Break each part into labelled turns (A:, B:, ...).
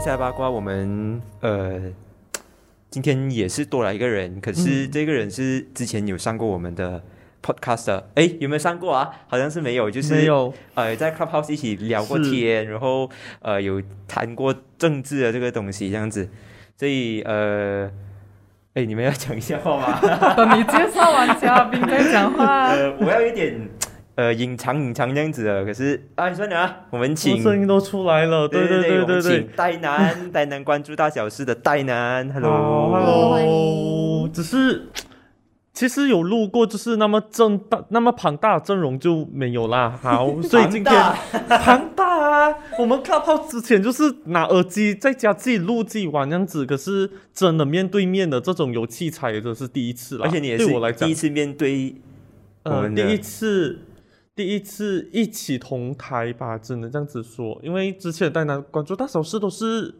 A: 下八卦，我们呃今天也是多来一个人，可
B: 嗯
A: 是这个人是之前有上过我们的 podcast 的，哎、有没有上过啊？好像是没有，就是
B: 没有，
A: 呃，在 Clubhouse 一起聊过
B: 是
A: 天，然后呃有谈过政治的这个东西，这样子，所以呃，哎，你们要讲一下话 吗？
C: 等你介绍完嘉宾再讲话。
A: 呃，我要有一点呃隐藏隐藏这样子的，可是啊，算了啊，我们
B: 我
A: 请
B: 声音都出来了，对
A: 对
B: 对
A: 我们
B: 对对
A: 请。呆 男，呆男关注大小事的呆男，Hello，,
B: 哈
C: 欢
B: 喽，
C: 迎
B: 只是哦其实有路过，就是那么正大那么庞大的阵容就没有啦。好，所以今天
A: 庞
B: 庞大啊，我们 c l u b 之前就是拿耳机在家自己录自己玩这样子，可是真的面对面的这种有器材的，这是第一次啦。
A: 而且你也
B: 对我来
A: 是
B: 讲
A: 第一，次面对我
B: 呃，
A: 们的
B: 第一次。第一次一起同台吧，只能这样子说，因为之前带男关注大小事都是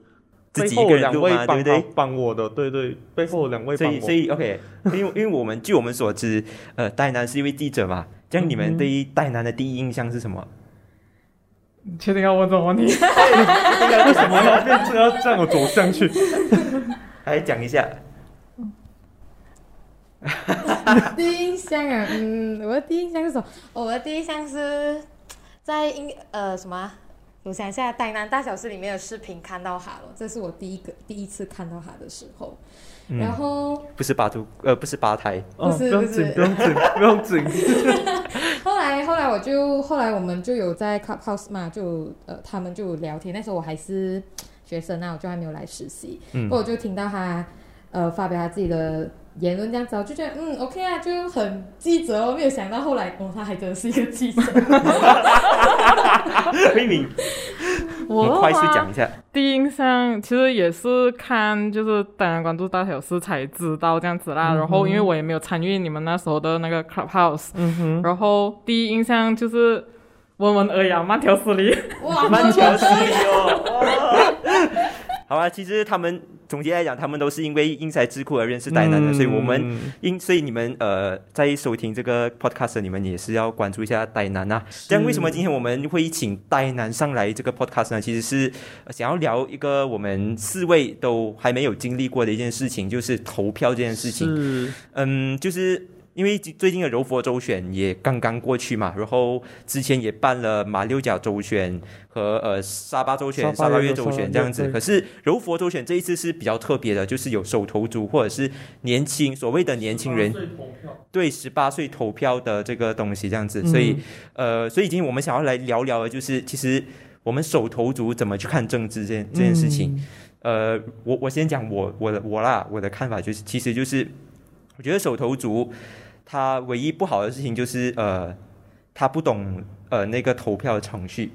A: 自己一
B: 背后
A: 个
B: 有
A: 人
B: 两
A: 录
B: 位
A: 嘛，对
B: 帮
A: 不对
B: 忙？帮我的，对对，背后有两位
A: 所
B: 帮
A: 以，
B: 我。
A: 所以 OK，因为因为我们据我们所知，呃，戴南是一位记者嘛，这样你
B: 嗯
A: 们对于戴南的第一印象是什么？
C: 你确定要问这种问题？
B: 为什么要变成要这样的走向 去？
A: 来讲一下，
D: 第一印象啊，嗯，我的第一印象是什么？我的第一印象是在英呃什么啊、我想一下，《呆男大小事》里面的视频看到哈了，这是我第一个第一次看到哈的时候。然后
A: 不是巴图，呃，不是吧 台，
B: 哦，
D: 不是
B: 用
D: 不是
B: 紧，不用紧，不用 紧。
D: 后来后来我就后来我们就有在 Clubhouse 嘛，就呃他们就聊天，那时候我还是学生啊，我就还没有来实习，
A: 嗯
D: 不过我就听到他呃发表他自己的。言论这样子啊，我就觉得嗯，OK 啊，就很记者哦。没有想到后来，哦，他还真的是一个记者。
A: 慧敏，
C: 我
B: 啊
A: 你
C: 的
A: 快速
C: 话
A: 讲一下，
C: 第一印象其实也是看，就是当然关注大小事才知道这样子啦。然后因为我也没有参与你们那时候的那个 Clubhouse，、
B: 嗯哼，
C: 然后第一印象就是温文尔雅、慢条斯理。
B: 啊
D: 哇，
A: 慢条斯
D: 我
A: 理哦。 哇好啊，其实他们总结来讲，他们都是因为英才智库而认识戴南的，所以我们
B: 嗯
A: 因所以你们呃在收听这个 podcast，的你们也是要关注一下呆男啊。这样为什么今天我们会请呆男上来这个 podcast 呢？其实是呃想要聊一个我们四位都还没有经历过的一件事情，就是投票这件事情。
B: 是
A: 嗯，就是因为最近的柔佛州选也刚刚过去嘛，然后之前也办了马六甲州选和呃沙巴州选、
B: 沙
A: 沙
B: 巴
A: 拉
B: 也
A: 越
B: 有
A: 州选
B: 沙拉越
A: 这样子。
B: 对
A: 可是柔佛州选这一次是比较特别的，就是有手头族或者是年轻所谓的年轻人对十八岁投票的这个东西这样子，
B: 嗯
A: 所以、呃，所以今天我们想要来聊聊的就是其实我们手头族怎么去看政治这件这件事情。呃，我我先讲我我的我啦，我的看法就是，其实就是我觉得手头族他唯一不好的事情就是呃，他不懂呃那个投票程序，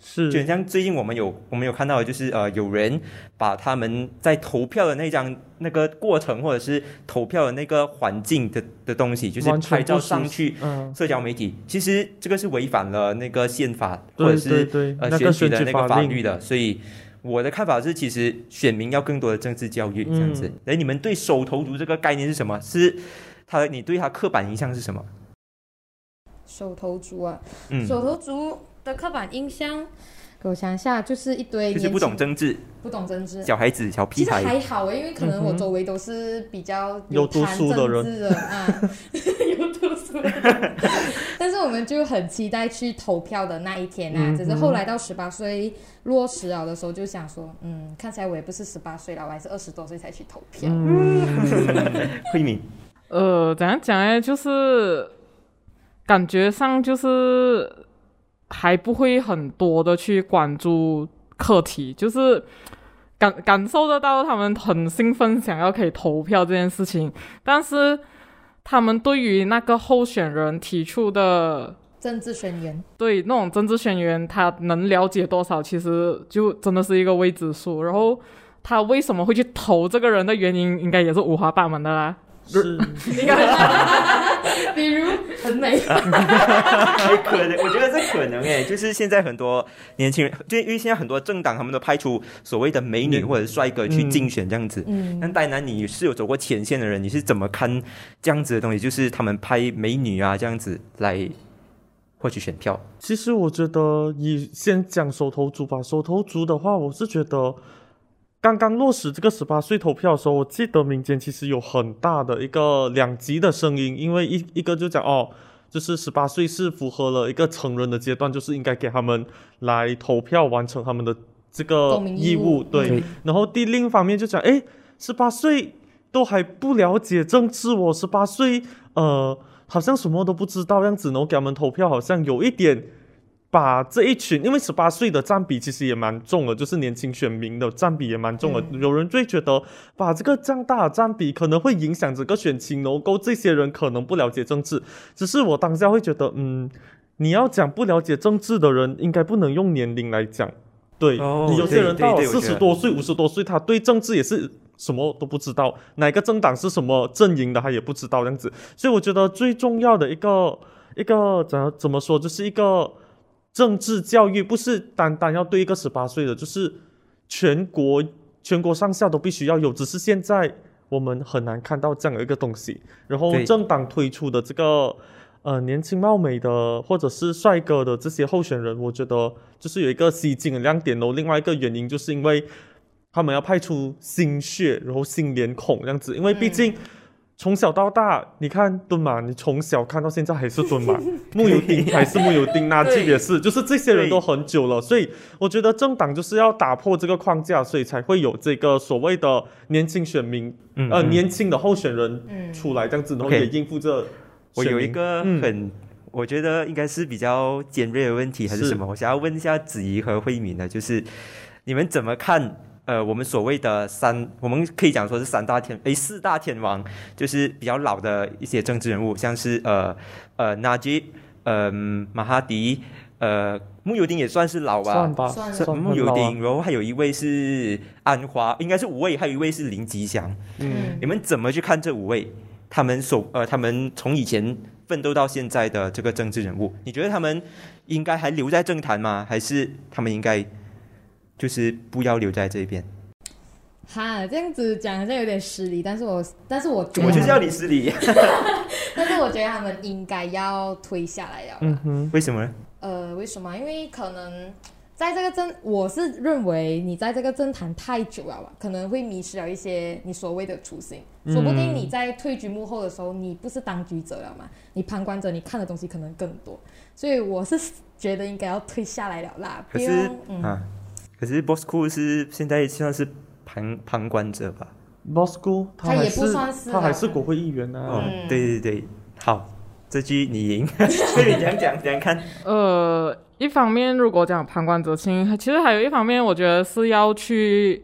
A: 就很
B: 是，
A: 像最近我们有我们有看到的就是呃有人把他们在投票的那张那个过程或者是投票的那个环境的的东西，就是
B: 完全
A: 拍照
B: 不熟
A: 上去
B: 嗯，
A: 社交媒体，其实这个是违反了那个宪法或
B: 对
A: 者是
B: 对对，
A: 呃
B: 那
A: 选
B: 个
A: 举
B: 选
A: 的
B: 举
A: 那个法
B: 令
A: 律的，所以我的看法是，其实选民要更多的政治教育这样子
B: 嗯。
A: 哎、你们对手头族这个概念是什么？是他你对他刻板印象是什么？
D: 手头族啊，
A: 嗯，
D: 手头族的刻板印象，给我想一下，就是一堆
A: 就是不
D: 年轻
A: 懂政治，
D: 不懂政治。
A: 小孩子、小
D: 其
A: 屁
D: 实
A: 孩。
D: 还好欸诶，因为可能我周围都是比较
B: 嗯有读
D: 谈
B: 书的人
D: 政治的啊， 有读书的人。但是我们就很期待去投票的那一天啊，
B: 嗯哼
D: 只是后来到十八岁落实了的时候，就想说，嗯，看起来我也不是十八岁了，我还是二十多岁才去投票。
B: 嗯
A: 慧敏，
C: 呃，怎样讲呢？就是感觉上就是还不会很多的去关注课题，就是感感受得到他们很兴奋，想要可以投票这件事情，但是他们对于那个候选人提出的。
D: 政治宣言，
C: 对那种政治宣言，他能了解多少，其实就真的是一个未知数。然后他为什么会去投这个人的原因，应该也是五花八门的啦。
B: 是，
D: 比如很美，
A: 可能我觉得这可能哎，就是现在很多年轻人，就因为现在很多政党他们都派出所谓的美女
B: 嗯
A: 或者帅哥去竞选这样子。
D: 嗯，
A: 但戴南，你是有走过前线的人，你是怎么看这样子的东西？就是他们拍美女啊这样子来获取选票。
B: 其实我觉得以先讲手头族吧，手头族的话，我是觉得刚刚落实这个十八岁投票的时候，我记得民间其实有很大的一个两极的声音，因为一 一个就讲哦，就是十八岁是符合了一个成人的阶段，就是应该给他们来投票完成他们的这个
D: 公民义
B: 义务，
D: 务
B: 对。
A: 对
B: 然后第另一方面就讲，哎，十八岁都还不了解政治哦，十八岁呃好像什么都不知道样子，然后给他们投票好像有一点。把这一群，因为十八岁的占比其实也蛮重的，就是年轻选民的占比也蛮重的。有人就会觉得，把这个这样大的占比可能会影响整个选情，然后这些人可能不了解政治。只是我当下会觉得，嗯，你要讲不了解政治的人，应该不能用年龄来讲。对，
A: 哦
B: 你有些人
A: 对
B: 到了
A: 对对我
B: 四
A: 觉
B: 十
A: 得
B: 多岁、五十多岁，他对政治也是什么都不知道，哪个政党是什么阵营的，他也不知道这样子。所以我觉得最重要的一个一个怎么怎么说，就是一个政治教育，不是单单要对一个十八岁的，就是全国全国上下都必须要有。只是现在我们很难看到这样的一个东西。然后
A: 对
B: 政党推出的这个呃年轻貌美的或者是帅哥的这些候选人，我觉得就是有一个吸睛的亮点哦。另外一个原因就是因为他们要派出新血，然后新脸孔这样子，因为毕竟。从小到大，你看蹲马，你从小看到现在还是蹲马，木有丁还是木有丁，那这也是，就是这些人都很久了，所以我觉得政党就是要打破这个框架，所以才会有这个所谓的年轻选民，
A: 嗯
B: 呃，
A: 嗯
B: 年轻的候选人
D: 嗯
B: 出来这样子，然后
A: OK
B: 也应付这
A: 我
B: 选
A: 有一
B: 民
A: 个
B: 嗯
A: 很，我觉得应该是比较尖锐的问题还是
B: 是
A: 什么？我想要问一下子怡和慧敏的，就是你们怎么看？呃，我们所谓的三，我们可以讲说是三大天，诶，四大天王，就是比较老的一些政治人物，像是呃呃纳吉，呃马哈迪，呃穆尤丁也算是老吧，
B: 算吧，
D: 算
A: 是嗯
D: 算
A: 穆
B: 有
A: 尤丁，然后还有一位是安华，应该是五位，还有一位是林吉祥。
B: 嗯，
A: 你们怎么去看这五位他们所呃他们从以前奋斗到现在的这个政治人物？你觉得他们应该还留在政坛吗？还是他们应该就是不要留在这边？
D: 哈，这样子讲好像有点失礼，但是我但是我觉
A: 我
D: 得
A: 就是
D: 他们，
A: 要你失礼，
D: 但是我觉得他们应该要推下来了啦。
B: 嗯哼，
A: 为什么呢？
D: 呃，为什么？因为可能在这个政，我是认为你在这个政坛太久了吧，可能会迷失了一些你所谓的初心。说不定你在退居幕后的时候，你不是当局者了嘛，你旁观者，你看的东西可能更多。所以我是觉得应该要退下来了啦，不
A: 可是
D: 用嗯。
A: 啊，可是 Boss Cool 是现在算是旁旁观者吧？
B: ，Bosco
D: 他
B: 还
D: 也不
B: 是
D: 算是
B: 他还
D: 啦
B: 是国会议员啊，
A: 哦，
D: 嗯
A: 对对对，好，这句你赢， 所以你讲讲讲看，
C: 呃，一方面如果讲旁观者清，其实还有一方面，我觉得是要去，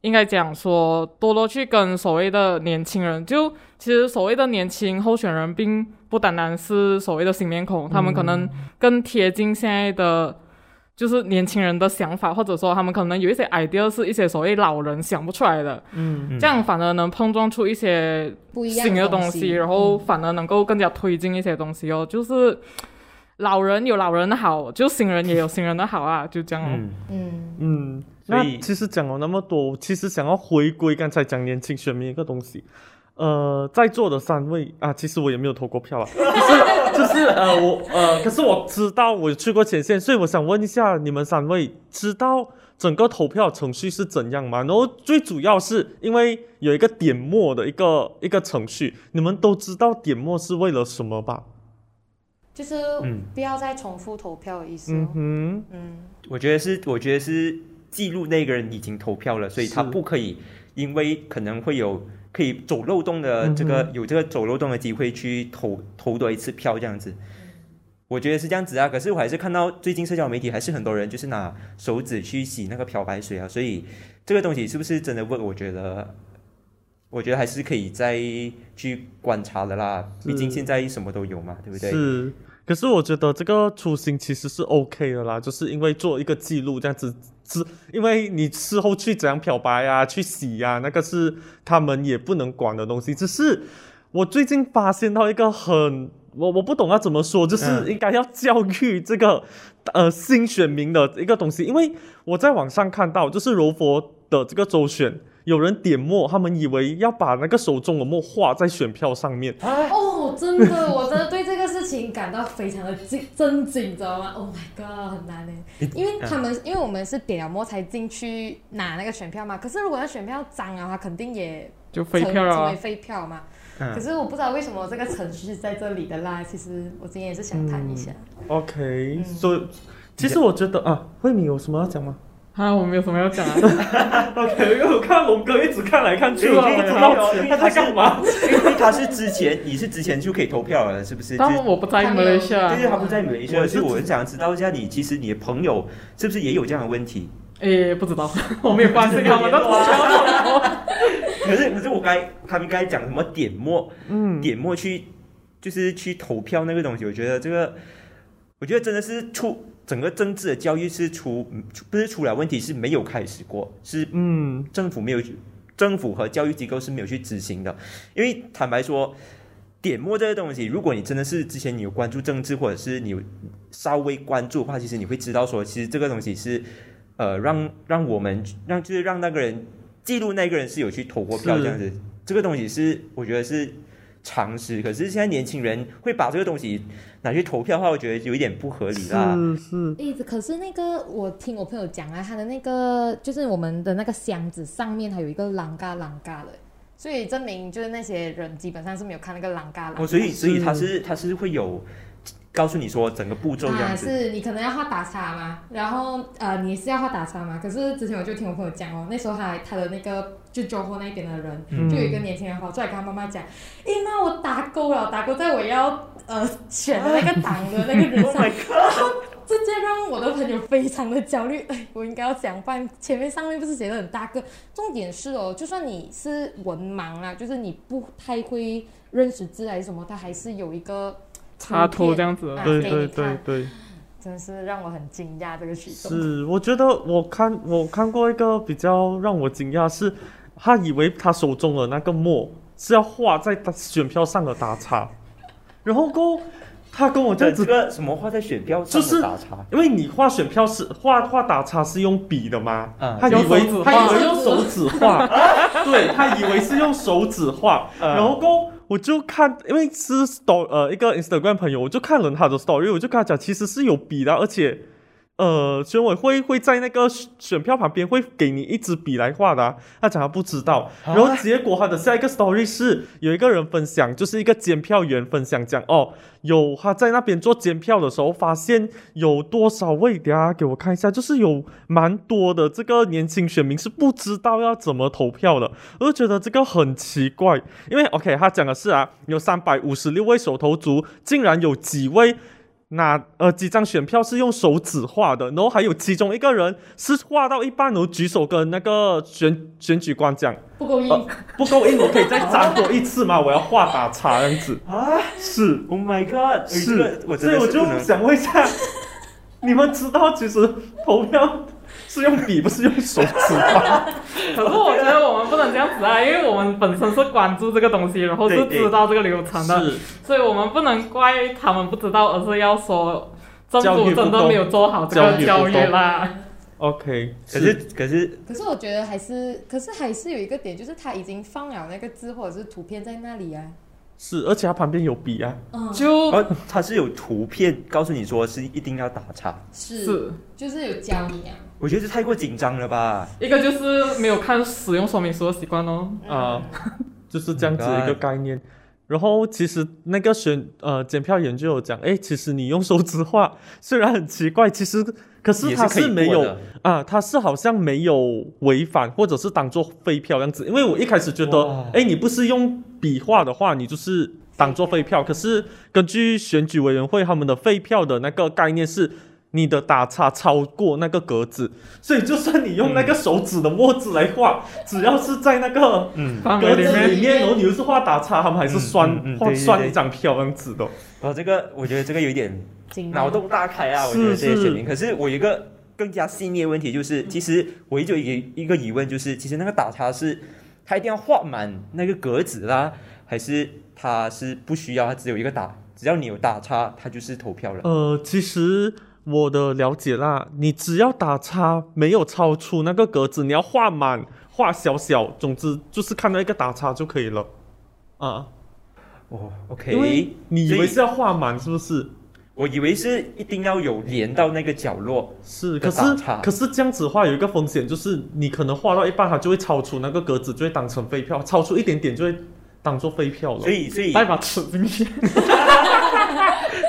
C: 应该讲说多多去跟所谓的年轻人，就其实所谓的年轻候选人，并不单单是所谓的新面孔，他们可能更贴近现在的。就是年轻人的想法，或者说他们可能有一些 idea 是一些所谓老人想不出来的，
B: 嗯，
A: 嗯
C: 这样反而能碰撞出一些
D: 不一样
C: 新的
D: 东
C: 东西，
D: 西嗯
C: 然后反而能够更加推进一些东西哦。就是老人有老人的好，就新人也有新人的好啊，就这样哦。
A: 嗯，
D: 嗯，
B: 嗯，
A: 所
B: 那
A: 以
B: 其实讲了那么多，我其实想要回归刚才讲年轻选民一个东西。呃，在座的三位啊，其实我也没有投过票啊，就是就是呃，我呃，可是我知道我去过前线，所以我想问一下你们三位，知道整个投票程序是怎样吗？然后最主要是因为有一个点墨的一个一个程序，你们都知道点墨是为了什么吧？
D: 就是
A: 嗯
D: 不要再重复投票的意思、
B: 嗯
D: 哦。
B: 哼，
D: 嗯
A: 我觉得是，我觉得是记录那个人已经投票了，所以他
B: 是
A: 不可以，因为可能会有可以走漏洞的这个、
B: 嗯
A: 有这个走漏洞的机会去投投多一次票这样子。我觉得是这样子啊，可是我还是看到最近社交媒体还是很多人就是拿手指去洗那个漂白水啊，所以这个东西是不是真的 work？我觉得，我觉得还是可以再去观察的啦，
B: 是
A: 毕竟现在什么都有嘛，对不对？
B: 是，可是我觉得这个初心其实是 OK 的啦，就是因为做一个记录这样子，是因为你事后去怎样漂白啊、去洗啊，那个是他们也不能管的东西。只是我最近发现到一个很。我我不懂要怎么说，就是
A: 嗯
B: 应该要教育这个、呃新选民的一个东西，因为我在网上看到，就是柔佛的这个州选，有人点墨，他们以为要把那个手中的墨画在选票上面，
D: 哦，真的，我真的对这个事 情感到非常的震震惊，你知道吗？Oh my god，很难呢，因为他们因为我们是点了墨才进去拿那个选票嘛，可是如果那选票脏啊，肯定也
C: 就飞
D: 成
C: 票
D: 成为
C: 啊，
D: 废票嘛。
A: 嗯
D: 可是我不知道为什么这个程序是在这里的啦。其实我今天也是想谈一下，
B: OK，
D: 嗯
B: 所、以其实我觉得啊，慧敏有什么要讲吗？
C: 啊，我没有什么要讲啊，
B: OK，因为我看龙哥一直看来看去
A: 哎
B: 啊我
A: 你可
B: 也
A: 以
B: 不知
A: 看
B: 道
A: 哦
B: 他在干嘛。
A: 因为他是之前，你是之前就可以投票了，是不是？就
C: 但
A: 是
C: 我不在
D: 他
C: 马
D: 没有
C: 来西 亚
A: 就，是他不在美
B: 我
A: 学，
B: 是
A: 所以我很想知道一下你，其实你的朋友是不是也有这样的问 题？
C: 诶，不知道， 我没有关心他们的投票。
A: 可是可是我该他们该讲什么点墨
B: 嗯，
A: 点墨去，就是去投票那个东西，我觉得这个，我觉得真的是出整个政治的教育是出出不是出了问题，是没有开始过，是
B: 嗯，
A: 政府没有去，政府和教育机构是没有去执行的。因为坦白说，点墨这个东西，如果你真的是之前你有关注政治，或者是你有稍微关注的话，其实你会知道说，其实这个东西是呃让让我们让就是让那个人记录那个人是有去投过票
B: 是
A: 这样子。这个东西是我觉得是。常识，可是现在年轻人会把这个东西拿去投票的话，我觉得有一点不合理啦。
B: 是是，
D: 例子。可是那个我听我朋友讲啊，他的那个就是我们的那个箱子上面还有一个啷嘎啷嘎的，所以证明就是那些人基本上是没有看那个啷嘎啷嘎。
A: 哦，所以所以他是他是会有告诉你说整个步骤这
D: 啊，
A: 样子。
D: 是你可能要画打叉嘛，然后呃，你是要画打叉嘛？可是之前我就听我朋友讲哦，那时候他他的那个就中国那边的人，
B: 嗯
D: 就有一个年轻人跑出来跟他妈妈讲：“诶妈，我打勾了，打勾在我要呃选的那个党的那个人
A: Oh
D: 上
A: my，
D: 这就让我的朋友非常的焦虑。哎，我应该要想办，前面上面不是写的很大个，重点是哦，就算你是文盲啦，就是你不太会认识字还是什么，他还是有一 个
C: 插头
D: 图
C: 这
D: 片
C: 样子
D: 啊，
B: 对
D: 给
B: 对
D: 你
B: 对
D: 看
B: 对，
D: 真的是让我很惊讶这个举动。
B: 是。我觉得我看我看过一个比较让我惊讶是，他以为他手中的那个墨是要画在他选票上的打叉，然后过后他跟我
A: 这
B: 这样子
A: 这个什么话在选票上
B: 就是
A: 的打叉，
B: 因为你画选票是画画打叉是用笔的吗？
A: 嗯
B: 他以
C: 用
B: 为
C: 手指画
B: 他以为用手指画， 对他以为是用手指画，
A: 嗯
B: 然后过后我就看，因为是 story 呃一个 Instagram 朋友，我就看了他的 story，我就跟他讲其实是有笔的，而且呃选委会会在那个选选票旁边会给你一支笔来画的啊、他讲他不知道，
A: 啊
B: 然后结果他的下一个 story 是有一个人分享，就是一个检票员分享讲哦，有他在那边做检票的时候，发现有多少位，等下给我看一下，就是有蛮多的这个年轻选民是不知道要怎么投票的，我就觉得这个很奇怪，因为 OK，他讲的是啊，有三百五十六位手头族，竟然有几位。那呃几张选票是用手指画的，然后还有其中一个人是画到一半，然后举手跟那个选选举官讲，
D: 不够硬，
B: 呃不够硬，我可以再粘多一次吗？我要画打叉这样子。
A: 啊
B: 是，
A: ！Oh my god！哎这
B: 是
A: 个，我真
B: 所以
A: 的
B: 我
A: 是不
B: 就
A: 能。
B: 想问一下， 你们知道其实投票是用笔，不是用手指吗？
C: 可是我觉得我们不能这样子啊，因为我们本身是关注这个东西，然后是
A: 对对
C: 知道这个流程的，
B: 是，
C: 所以我们不能怪他们不知道，而是要说政
B: 教育
C: 府
B: 不
C: 真
B: 够
C: 的没有做好这个
B: 教育
C: 教
B: 不
C: 育
B: 够
C: 啦。
B: OK，
A: 可是可是
D: 可是我觉得还是，可是还是有一个点，就是他已经放了那个字或者是图片在那里啊。
B: 是，而且它旁边有笔啊，
D: 嗯，
C: 就
A: 哦，他是有图片告诉你说是一定要打叉，
D: 是
C: 是
D: 就是有教你啊。
A: 我觉得这太过紧张了吧？
C: 一个就是没有看使用说明书的习惯哦。
B: 啊
D: 嗯，
B: 就是这样子一
A: Oh
B: 个
A: my
B: 概念。然后其实那个选呃检票员就有讲，哎，其实你用手指画虽然很奇怪，其实可是
A: 也
B: 它
A: 可以
B: 是没
A: 过
B: 有
A: 的
B: 啊，他是好像没有违反，或者是当做废票样子。因为我一开始觉
A: 哇
B: 得，哎，你不是用笔画的话，你就是当做废票。可是根据选举委员会他们的废票的那个概念是，你的打叉超过那个格子，所以就算你用那个手指的墨汁来画，只要是在那个
A: 嗯，
C: 范围
B: 格
C: 里
B: 子
C: 面，
B: 里面，然后你又是画打叉，他们还是算
A: 嗯嗯嗯
B: 画
A: 对对
B: 算
A: 对
B: 一张票这样子的。
A: 哦，这个我觉得这个有点
D: 紧
A: 脑洞大开啊！我觉得这
B: 是
A: 些
B: 嗯是嗯
A: 选民，可是我有一个更加细腻的问题，就是其实我一直有一个一个疑问，就是其实那个打叉是他一定要画满那个格子啦，还是他是不需要，他只有一个打，只要你有打叉，他就是投票了。
B: 呃，其实我的了解啦，你只要打叉没有超出那个格子，你要画满、画小小，总之就是看到一个打叉就可以了。啊，
A: 哦
B: 因为
A: ，OK，
B: 你以
A: 所
B: 为
A: 以
B: 是要画满是不是？
A: 我以为是一定要有连到那个角落，
B: 是，
A: 一
B: 可
A: 个
B: 是
A: 打岔
B: 可是这样子画有一个风险，就是你可能画到一半，它就会超出那个格子，就会当成废票；超出一点点就会当做废票了
A: 所。以所以
C: 带把尺进去。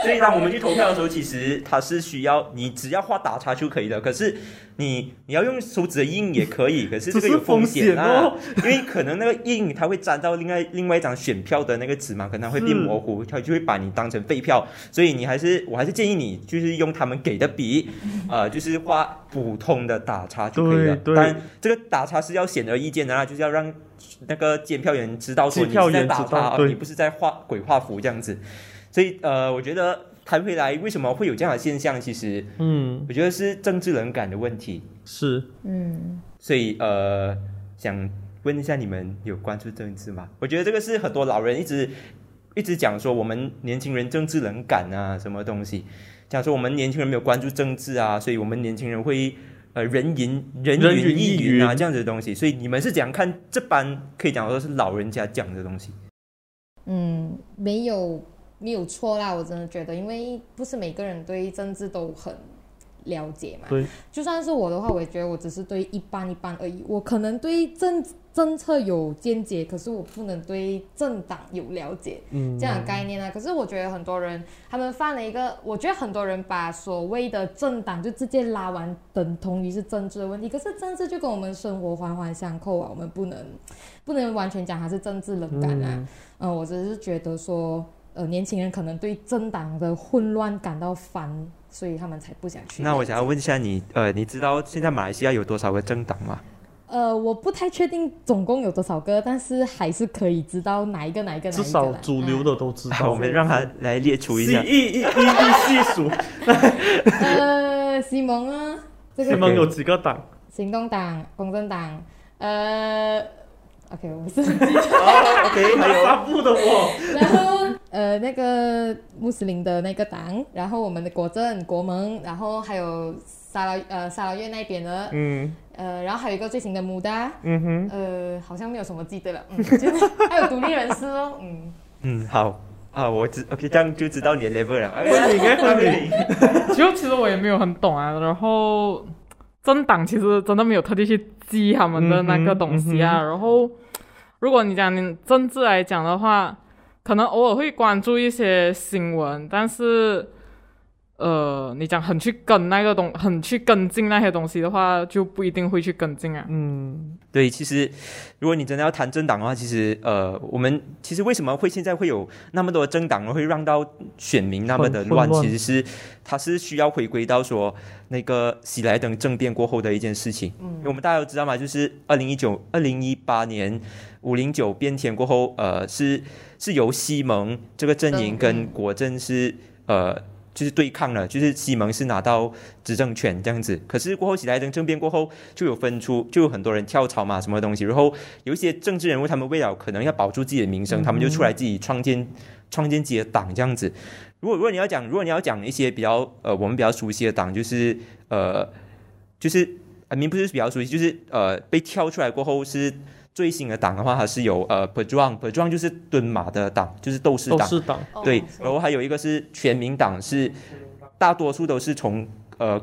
A: 所以当我们去投票的时候，其实它是需要你只要画打叉就可以的。可是你你要用手指的印也可以，可是这个
B: 只是
A: 有风
B: 风险
A: 啊
B: 哦，
A: 因为可能那个印它会沾到另外另外一张选票的那个纸嘛，可能它会变
B: 是
A: 模糊，它就会把你当成废票。所以你还是我还是建议你就是用他们给的 笔，呃，就是画普通的打叉就可以了。
B: 对对
A: 但这个打叉是要显而易见的啦，就是要让那个监票员知道说你
B: 监票
A: 是在
B: 员
A: 打
B: 知道
A: 他，
B: 对
A: 你不是在画鬼画符这样子。所以呃，我觉得谈回来为什么会有这样的现象，其实
B: 嗯，
A: 我觉得是政治冷感的问题。
B: 是
D: 嗯，
A: 所以呃，想问一下你们有关注政治吗？我觉得这个是很多老人一直一直讲说我们年轻人政治冷感啊，什么东西，讲说我们年轻人没有关注政治啊，所以我们年轻人会。呃，人云人
B: 人
A: 云
B: 云
A: 亦
B: 亦
A: 云啊，
B: 云
A: 这样子的东西，所以你们是怎样看这般可以讲说是老人家讲的东西？
D: 嗯，没有没有错啦，我真的觉得，因为不是每个人对政治都很了解嘛。
B: 对，
D: 就算是我的话，我也觉得我只是对一半一半而已。我可能对政政策有见解，可是我不能对政党有了解。
B: 嗯
D: 这，样的概念啊。可是我觉得很多人他们犯了一个，我觉得很多人把所谓的政党就直接拉完等同于是政治的问题。可是政治就跟我们生活环环相扣啊，我们不能不能完全讲它是政治冷感啊。嗯、我只是觉得说，呃，年轻人可能对政党的混乱感到烦，所以他们才不想去。
A: 那我想要问一下你，呃，你知道现在马来西亚有多少个政党吗？
D: 呃，我不太确定总共有多少个，但是还是可以知道哪一个哪一个哪一个
B: 至
D: 啦。
B: 少主流
D: 嗯
B: 的都知道。
A: 我们让他来列出一
B: 细
A: 下。
B: 一一一一细数，
D: 呃，西蒙啊，这个
B: 你们有几个党？
D: 行动党、公正党，呃，OK，我不是，
A: 哦 OK，还有
B: 发布的我，
D: 然后呃那个穆斯林的那个党，然后我们的国政、国盟，然后还有沙拉呃沙拉越那边的，
B: 嗯
D: 呃，然后还有一个最新的穆达，
B: 嗯哼，
D: 呃，好像没有什么记得了， 嗯，就是还有独立人士哦，嗯，
A: 嗯，好啊，我知 OK，这样就知道你的 level 了。哎
B: 问嗯你该问你。
C: 其实其实我也没有很懂啊，然后政党其实真的没有特地去记他们的那个东西啊。然后如果你讲你政治来讲的话，可能偶尔会关注一些新闻，但是呃，你讲很去跟那个东，很去跟进那些东西的话，就不一定会去跟进啊。
B: 嗯，
A: 对，其实如果你真的要谈政党的话，其实呃，我们其实为什么会现在会有那么多的政党呢，会让到选民那么的
B: 混
A: 乱？
B: 混乱
A: 其实是它是需要回归到说那个喜来登政变过后的一件事情。嗯，因为我们大家都知道嘛，就是二零一九、二零一八年五零九变天过后，呃，是是由西蒙这个阵营
D: 嗯
A: 跟
D: 嗯
A: 国政是呃。就是对抗了，就是西蒙是拿到执政权这样子。可是过后喜来登政变过后，就有分出，就有很多人跳槽嘛，什么东西。然后有一些政治人物，他们为了可能要保住自己的名声，他们就出来自己创建创建自己的党这样子。如果如果你要讲，如果你要讲一些比较呃我们比较熟悉的党，就是呃就是啊，明不是比较熟悉，就是呃被挑出来过后是。最新的党的话，它是有呃 p e r j o n p e r j o n 就是敦马的党，就是斗士
B: 都
A: 党。
B: 是党，
D: 哦
A: 对，然后还有一个是全民党，是大多数都是从呃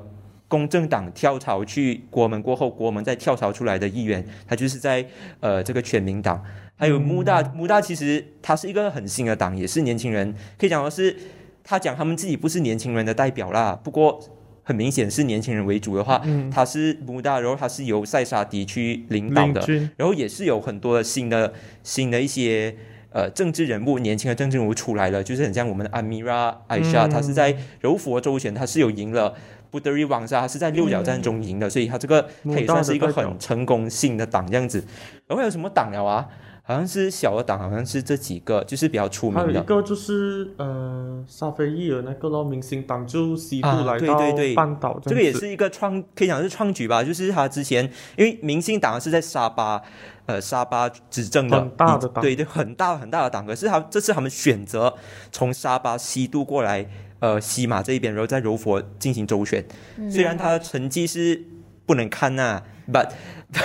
A: 公正党跳槽去国门过后，国门再跳槽出来的议员，他就是在呃这个全民党。还有穆大，穆大其实他是一个很新的党，也是年轻人，可以讲说是他讲他们自己不是年轻人的代表啦，不过。很明显是年轻人为主的话，他是穆大，然后他是由塞沙迪去领导
B: 嗯领
A: 的，
B: 军
A: 然后也是有很多的新的新的一些呃政治人物，年轻的政治人物出来了，就是很像我们的阿米拉、艾莎，她是在柔佛州选，她是有赢了布德里王莎，她是在六角战中赢的，所以她这个她也算是一个很成功性的党这样子。然后还有什么党了啊？好像是小的党，好像是这几个，就是比较出
B: 还有
A: 名
B: 一
A: 的。
B: 个就是呃，沙菲裔的那个咯，明星党就西部
A: 啊
B: 来
A: 对
B: 到
A: 对对
B: 半岛样子，
A: 这个也是一个创，可以讲是创举吧，就是他之前因为明星党是在沙巴，呃，沙巴执政的
B: 很大的党
A: 对对，很大很大的党，可是他这次他们选择从沙巴西渡过来，呃，西马这一边，然后在柔佛进行周旋。虽然他的成绩是不能看呐、but
B: 嗯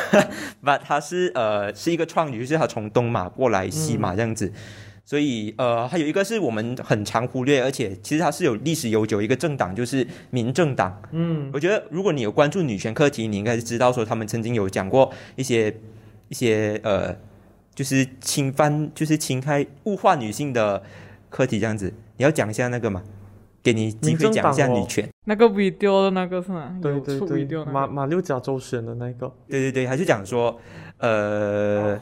A: but 他是呃是一个创举，就是他从东马过来西马这样子。所以呃，还有一个是我们很常忽略，而且其实它是有历史悠久一个政党，就是民政党。
B: 嗯
A: 我觉得如果你有关注女权课题，你应该是知道说他们曾经有讲过一些一些呃，就是侵犯，就是侵害物化女性的课题这样子。你要讲一下那个嘛？给你机会讲一下
B: 民政党哦
A: 女权。
C: 那个 video 的那个是哪？
B: 对
C: 有
B: 对
C: 出
B: 对
C: video，
B: 马
C: 那个
B: 马六甲州选的那个，
A: 对对对，他就讲说呃。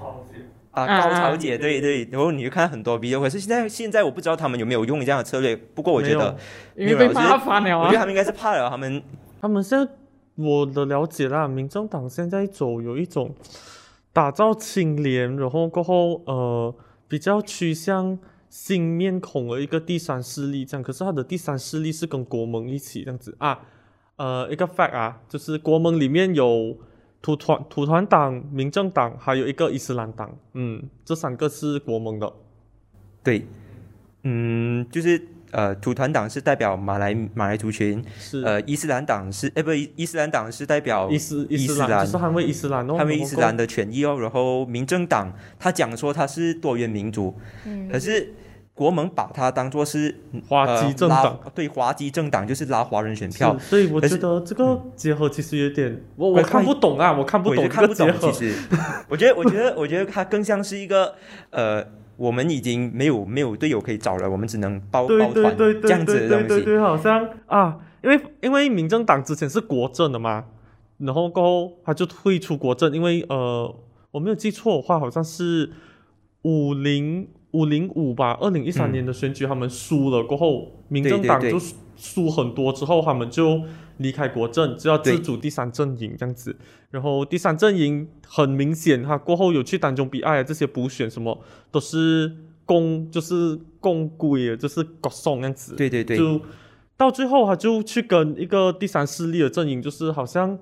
A: 啊，
C: 啊
A: 高潮
B: 嗯
A: 姐，对对，然后你就看很多 B 友，可是现在现在我不知道他们有没有用这样的策略，不过我觉
B: 没
A: 得
B: 有，
C: 因为
A: 没
C: 被
A: 有
C: 骂翻了
A: 我觉得
C: 啊。
A: 他们应该是怕了，他们
B: 他们现在我的了解啦，民政党现在走有一种打造清廉，然后过后呃比较趋向新面孔的一个第三势力这样。可是他的第三势力是跟国盟一起这样子啊，呃一个 fact 啊，就是国盟里面有土团土团党、民政党，还有一个伊斯兰党，嗯，这三个是国盟的。
A: 对，嗯，就是呃，土团党是代表马来马来族群，
B: 是
A: 呃，伊斯兰党是，哎，不，伊伊斯兰党是代表
B: 伊斯
A: 伊
B: 斯
A: 斯
B: 兰，
A: 兰
B: 就是捍卫伊斯兰哦，
A: 捍卫伊斯兰
B: 的。
A: 的权益哦。然后民政党他讲说他是多元民族，
D: 嗯，
A: 可是国盟把它当做是
B: 花旗政党、
A: 呃拉对华籍政党，就是拉华人选
B: 是
A: 票。
B: 所以我
A: 可
B: 觉
A: 是嗯
B: 得这个结合其实有点，我
A: 怪
B: 我看
A: 怪
B: 不懂啊，我看不
A: 我也
B: 懂
A: 是
B: 这
A: 看
B: 个
A: 不
B: 结
A: 懂，
B: 合
A: 其。实我觉得，我觉得，我觉得它更像是一个呃，我们已经没有没有队友可以找了，我们只能包
B: 对
A: 包
B: 对
A: 团
B: 对对
A: 这样
B: 对
A: 子的
B: 对对
A: 东
B: 对
A: 西。
B: 对，好像啊，因为因为民政党之前是国政的嘛，然后过后他就退出国政，因为呃我没有记错的话，好像是五零五零五吧，二零一
A: 嗯
B: 三年的选举他们输了过后，民
A: 对
B: 政
A: 对
B: 党
A: 对
B: 就输输很多之后，他们就离开国政，就要自
A: 对
B: 主第三阵营这样子。然后第三阵营很明显，他过后有去丹中比爱啊这些补选什么都是公就是公规的，就是国送那样子。
A: 对对对，
B: 就到最后他就去跟一个第三势力的阵营，就是好像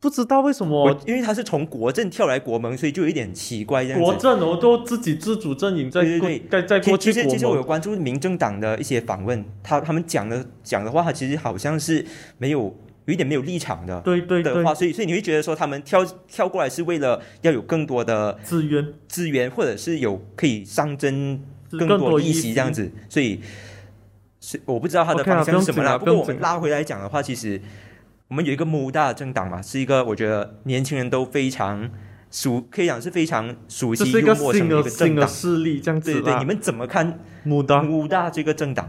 B: 不知道为什
A: 我
B: 么
A: 因为他是从国政跳来国盟，所以就有一点奇怪这样
B: 国
A: 子。
B: 政哦都自己自主阵营在
A: 对对
B: 过
A: 对
B: 在在
A: 其
B: 过
A: 其
B: 去
A: 实
B: 国
A: 其实我有
B: 盟
A: 关注民政党的一些访问，他他们讲的讲的话，他其实好像是没有有一点没有立场的
B: 对对
A: 的
B: 对
A: 话，所以所以你会觉得说他们跳跳过来是为了要有更多的
B: 资源
A: 资源，或者是有可以上征
B: 是
A: 更
B: 更
A: 多
B: 议
A: 议席这样
B: 子。
A: 子，所以是我不知道它的
B: OK 啦
A: 方向是什么啦。不过
B: 不用紧啦不用
A: 我们
B: 紧
A: 拉回来讲的话，其实我们有一个穆大的政党嘛，是一个我觉得年轻人都非常熟，可以讲是非常熟
B: 这
A: 悉
B: 是一
A: 幽
B: 个
A: 默什
B: 新
A: 么的一
B: 的
A: 个
B: 新
A: 政
B: 的
A: 党。
B: 势力，这样
A: 对
B: 子
A: 对对，
B: 啦
A: 你。们怎么看
B: 穆达，
A: 穆大这个政党？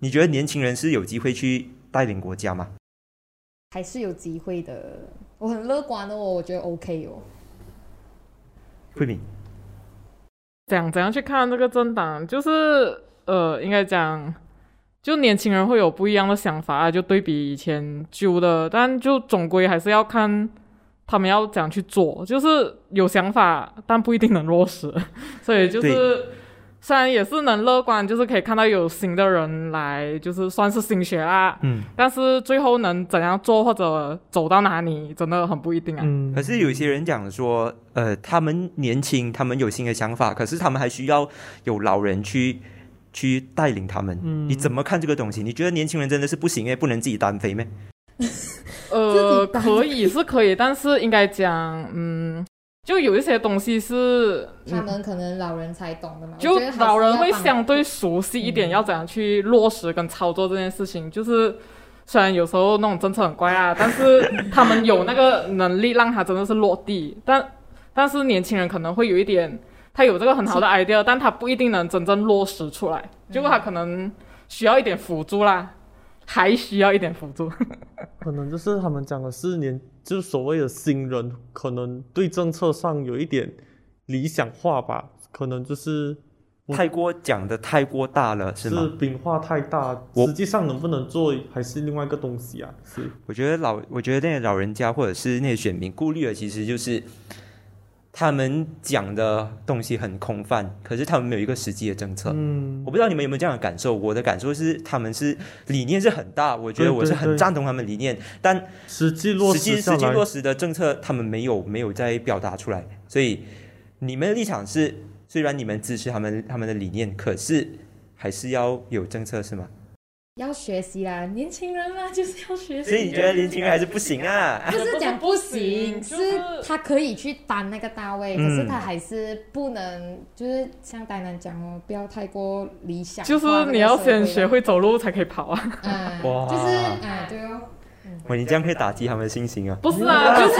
A: 你觉得年轻人是有机会去带领国家吗？
D: 还是有机会的。我很乐观哦，我觉得 OK 哦。
A: 慧敏，
C: 讲怎样去看这个政党，就是呃，应该讲，就年轻人会有不一样的想法啊，就对比以前旧的，但就总归还是要看他们要怎样去做，就是有想法，但不一定能落实， 所以就是。虽然也是能乐观，就是可以看到有新的人来，就是算是新血啦。
A: 嗯，
C: 但是最后能怎样做或者走到哪里，真的很不一定啊。
B: 嗯
A: 可，是有些人讲说，呃，他们年轻，他们有新的想法，可是他们还需要有老人去去带领他
B: 嗯
A: 们。你怎么看这个东西？你觉得年轻人真的是不行诶，欸不能自己单飞咩？
C: 呃，
D: 自己打
C: 可以是可以，但是应该讲，嗯，就有一些东西是，
B: 嗯
D: 他们可能老人才懂的嘛，
C: 就
D: 我觉得还是
C: 老人
D: 要
C: 会
D: 放
C: 相对熟悉一点，
D: 嗯
C: 要怎样去落实跟操作这件事情。就是虽然有时候那种政策很怪啊，但是他们有那个能力让他真的是落地。但但是年轻人可能会有一点，他有这个很好的
D: 嗯
C: idea，但他不一定能真正落实出来，就他可能需要一点辅助啦，还需要一点辅助。
B: 可能就是他们讲的是年，就是所谓的新人，可能对政策上有一点理想化吧，可能就是我
A: 太过讲的太过大了，是
B: 是
A: 吗？
B: 饼化太大，
A: 我
B: 实际上能不能做还是另外一个东西啊。是，
A: 我觉得老，我觉得那些老人家或者是那些选民顾虑的，其实就是他们讲的东西很空泛，可是他们没有一个实际的政策。
B: 嗯，
A: 我不知道你们有没有这样的感受，我的感受是他们是理念是很大，我觉得
B: 对
A: 我是
B: 对
A: 很
B: 对
A: 赞同他们理念，但
B: 实际落
A: 实际
B: 实下
A: 实际
B: 来，
A: 落实的政策，他们没有没有在表达出来，所以你们的立场是，虽然你们支持他们他们的理念，可是还是要有政策是吗？
D: 要学习啦，年轻人嘛 就是要学习。
A: 所以你觉得年轻人还是不行啊？
D: 不是讲不行，
C: 不是不
D: 是
C: 行嗯就是
D: 他可以去担那个大位，
A: 嗯
D: 可是他还是不能，就是像呆男讲哦，不要太过理想化
C: 就
D: 那个社会。
C: 是你要先学会走路才可以跑啊！
D: 嗯，
A: 哇
D: 就是嗯，对哦，
A: 喂，你这样会打击他们的信心啊！
C: 不是啊，就是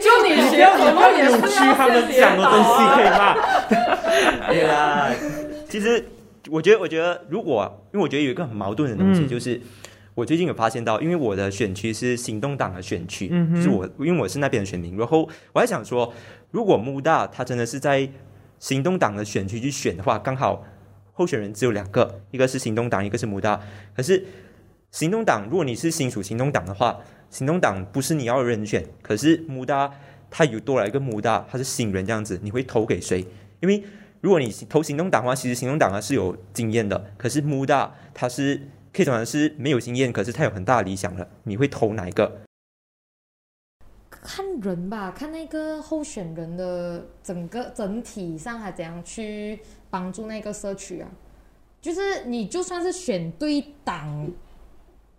C: 就你
B: 不
C: 学
B: 要
C: 走
B: 你不
C: 路
B: 要
C: 也
B: 扭
C: 是
B: 曲
C: 要
B: 他们
C: 先
B: 讲的
C: 跌倒
B: 东西，
C: 啊
B: 可以 吧？
A: 对啦， 其实我觉得，我觉得如果，因为我觉得有一个很矛盾的东西，
B: 嗯
A: 就是我最近有发现到，因为我的选区是行动党的选区，
B: 嗯哼
A: 就是我，因为我是那边的选民，然后我还想说，如果穆大他真的是在行动党的选区去选的话，刚好候选人只有两个，一个是行动党，一个是穆大，可是。行动党，如果你是新属行动党的话，行动党不是你要的人选，可是穆大他有多来一个穆大，他是新人这样子，你会投给谁？因为如果你投行动党的话，其实行动党它是有经验的，可是穆大他是可以讲是没有经验，可是他有很大的理想了，你会投哪一个？
D: 看人吧，看那个候选人的整个整体上，他怎样去帮助那个社区啊。就是你就算是选对党，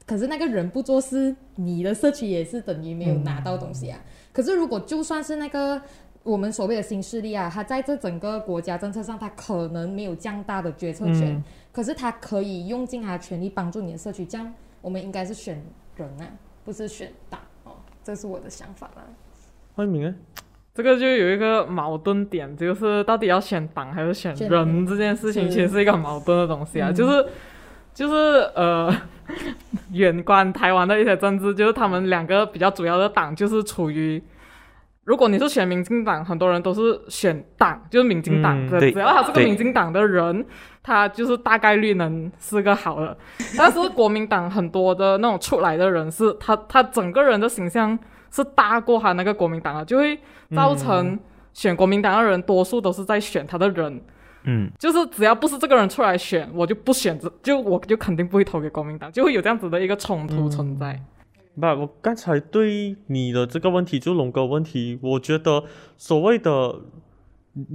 D: 可是那个人不做事，你的社区也是等于没有拿到东西啊。可是如果就算是那个我们所谓的新势力啊，他在这整个国家政策上，他可能没有这样大的决策权，
B: 嗯
D: 可是他可以用尽他的全力帮助你的社区。这样我们应该是选人啊，不是选党哦，这是我的想法啦。
B: 欢迎哎，
C: 这个就有一个矛盾点，就是到底要选党还是选
D: 选
C: 人这件事情，
D: 是
C: 其实是一个很矛盾的东西啊。
A: 嗯
C: 就是就是呃， 远观台湾的一些政治，就是他们两个比较主要的党，就是处于。如果你是选民进党，很多人都是选党，就是民进党
B: 嗯
C: 的，
A: 对
C: 只要他是个
A: 对
C: 民进党的人，他就是大概率能是个好的。但是国民党很多的那种出来的人是，他他整个人的形象是大过他那个国民党的，就会造成
B: 嗯
C: 选国民党的人多数都是在选他的人，
A: 嗯，
C: 就是只要不是这个人出来选，我就不选择，就我就肯定不会投给国民党，就会有这样子的一个冲突存在。
B: 嗯不，我刚才对你的这个问题，就龙哥问题，我觉得所谓的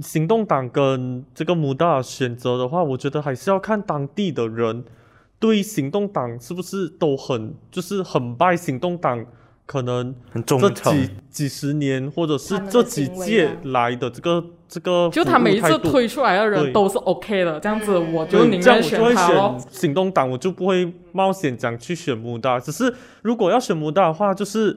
B: 行动党跟这个穆大选择的话，我觉得还是要看当地的人对行动党是不是都很就是很拜行动党，可能
A: 很忠
B: 这
A: 诚
B: 几，几十年或者是
D: 他们的
B: 这几
D: 行为
B: 届
D: 啊
B: 来的这个这个
C: 就他
B: 服务
C: 每一次
B: 态度
C: 推出来的
B: 对
C: 人都是 OK 的，这样子
D: 嗯
C: 我
B: 对
C: 就宁
B: 这样
C: 愿
B: 我就会
C: 他咯。
B: 选行动党，我就不会冒险讲去选穆大。只是如果要选穆大的话，就是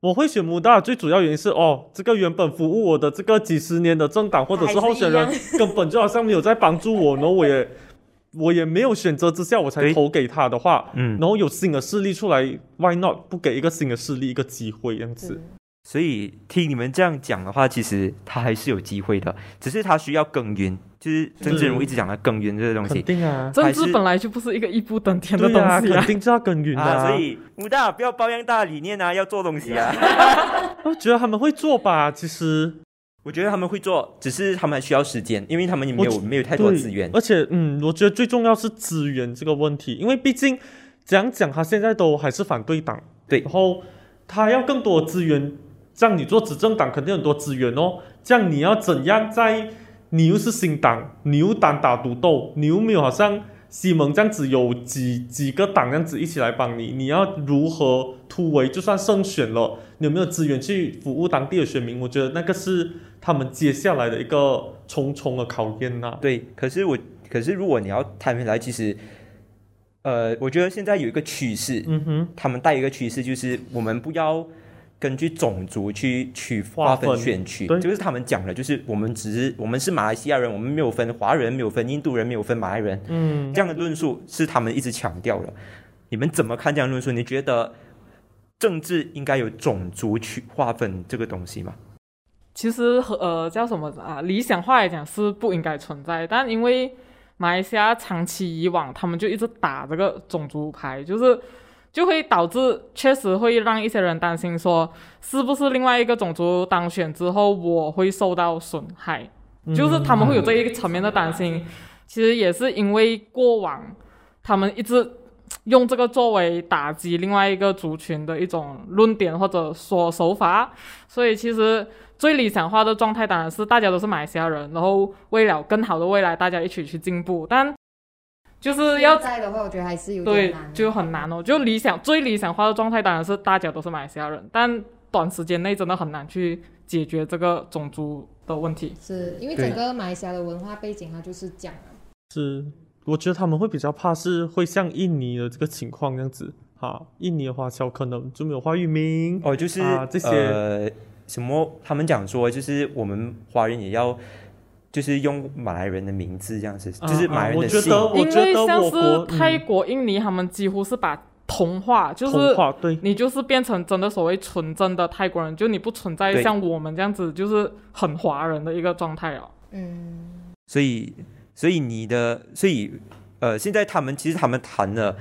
B: 我会选穆大，最主要原因是哦，这个原本服务我的这个几十年的政党或者是候选人
D: 还，
B: 根本就好像没有在帮助我，然后我也我也没有选择之下我才
A: 对
B: 投给他的话，
A: 嗯，
B: 然后有新的势力出来，Why not 不给一个新的势力一个机会这样子？
A: 所以听你们这样讲的话，其实他还是有机会的，只是他需要耕耘，就是曾志如一直讲的耕耘这个东
B: 肯
A: 西
B: 定啊，
C: 政
A: 还
C: 治
A: 是
C: 本来就不是一个一步登天的
B: 对
C: 东西
B: 啊，肯定就要耕耘的
A: 啊，所以武大不要包养大理念啊，要做东西啊。
B: 我觉得他们会做吧，其实。
A: 我觉得他们会做，只是他们还需要时间，因为他们也没有
B: 我
A: 没有太多的
B: 对
A: 资源。
B: 而且嗯，我觉得最重要是资源这个问题，因为毕竟讲讲他现在都还是反对党，
A: 对
B: 然后他要更多资源，这样你做执政党肯定很多资源哦，这样你要怎样在你又是新党，你又单打独斗，你又没有好像西蒙这样子有几几个党这样子一起来帮你，你要如何突围？就算胜选了，你有没有资源去服务当地的选民？我觉得那个是他们接下来的一个重重的考验呐、
A: 对，可是我，可是如果你要摊回来，其实，呃，我觉得现在有一个趋势，
B: 嗯哼。
A: 他们带一个趋势就是我们不要根据种族去去
B: 划
A: 划
B: 分
A: 分选区，
B: 对
A: 就是他们讲的，就是我们只是我们是马来西亚人，我们没有分华人，没有分印度人，没有分马来人，
B: 嗯，
A: 这样的论述是他们一直强调的。你们怎么看这样的论述？你觉得政治应该有种族去划分这个东西吗？
C: 其实和呃叫什么啊？理想化来讲是不应该存在，但因为马来西亚长期以往他们就一直打这个种族牌，就是就会导致确实会让一些人担心说，是不是另外一个种族当选之后我会受到损害，
B: 嗯
C: 就是他们会有这一个层面的担心。其实也是因为过往他们一直用这个作为打击另外一个族群的一种论点或者说手法，所以其实最理想化的状态当然是大家都是马来西亚人，然后为了更好的未来，大家一起去进步。但就是要
D: 现在的话，我觉得还是有点
C: 对
D: 难，啊
C: 就很难哦。就理想最理想化的状态当然是大家都是马来西亚人，但短时间内真的很难去解决这个种族的问题。
D: 是因为
A: 对
D: 整个马来西亚的文化背景，它就是讲啊，
B: 是，我觉得他们会比较怕是会像印尼的这个情况这样子哈，印尼的华侨可能就没有话语名，
A: 哦，就是、
B: 啊这些
A: 呃、什么，他们讲说就是我们华人也要。就是用马来人的名字这样子，
B: 啊
A: 就是
B: 啊
A: 马来人
B: 我
A: 的
B: 觉
A: 姓，
B: 得我
C: 因为
B: 觉得
C: 像
B: 我
C: 是
B: 国
A: 嗯
C: 泰国、印尼，他们几乎是把同化，就是
B: 同化对，
C: 你就是变成真的所谓纯正的泰国人，就你不存在
A: 对
C: 像我们这样子就是很华人的一个状态哦。
D: 嗯，
A: 所以，所以你的，所以，呃，现在他们其实他们谈的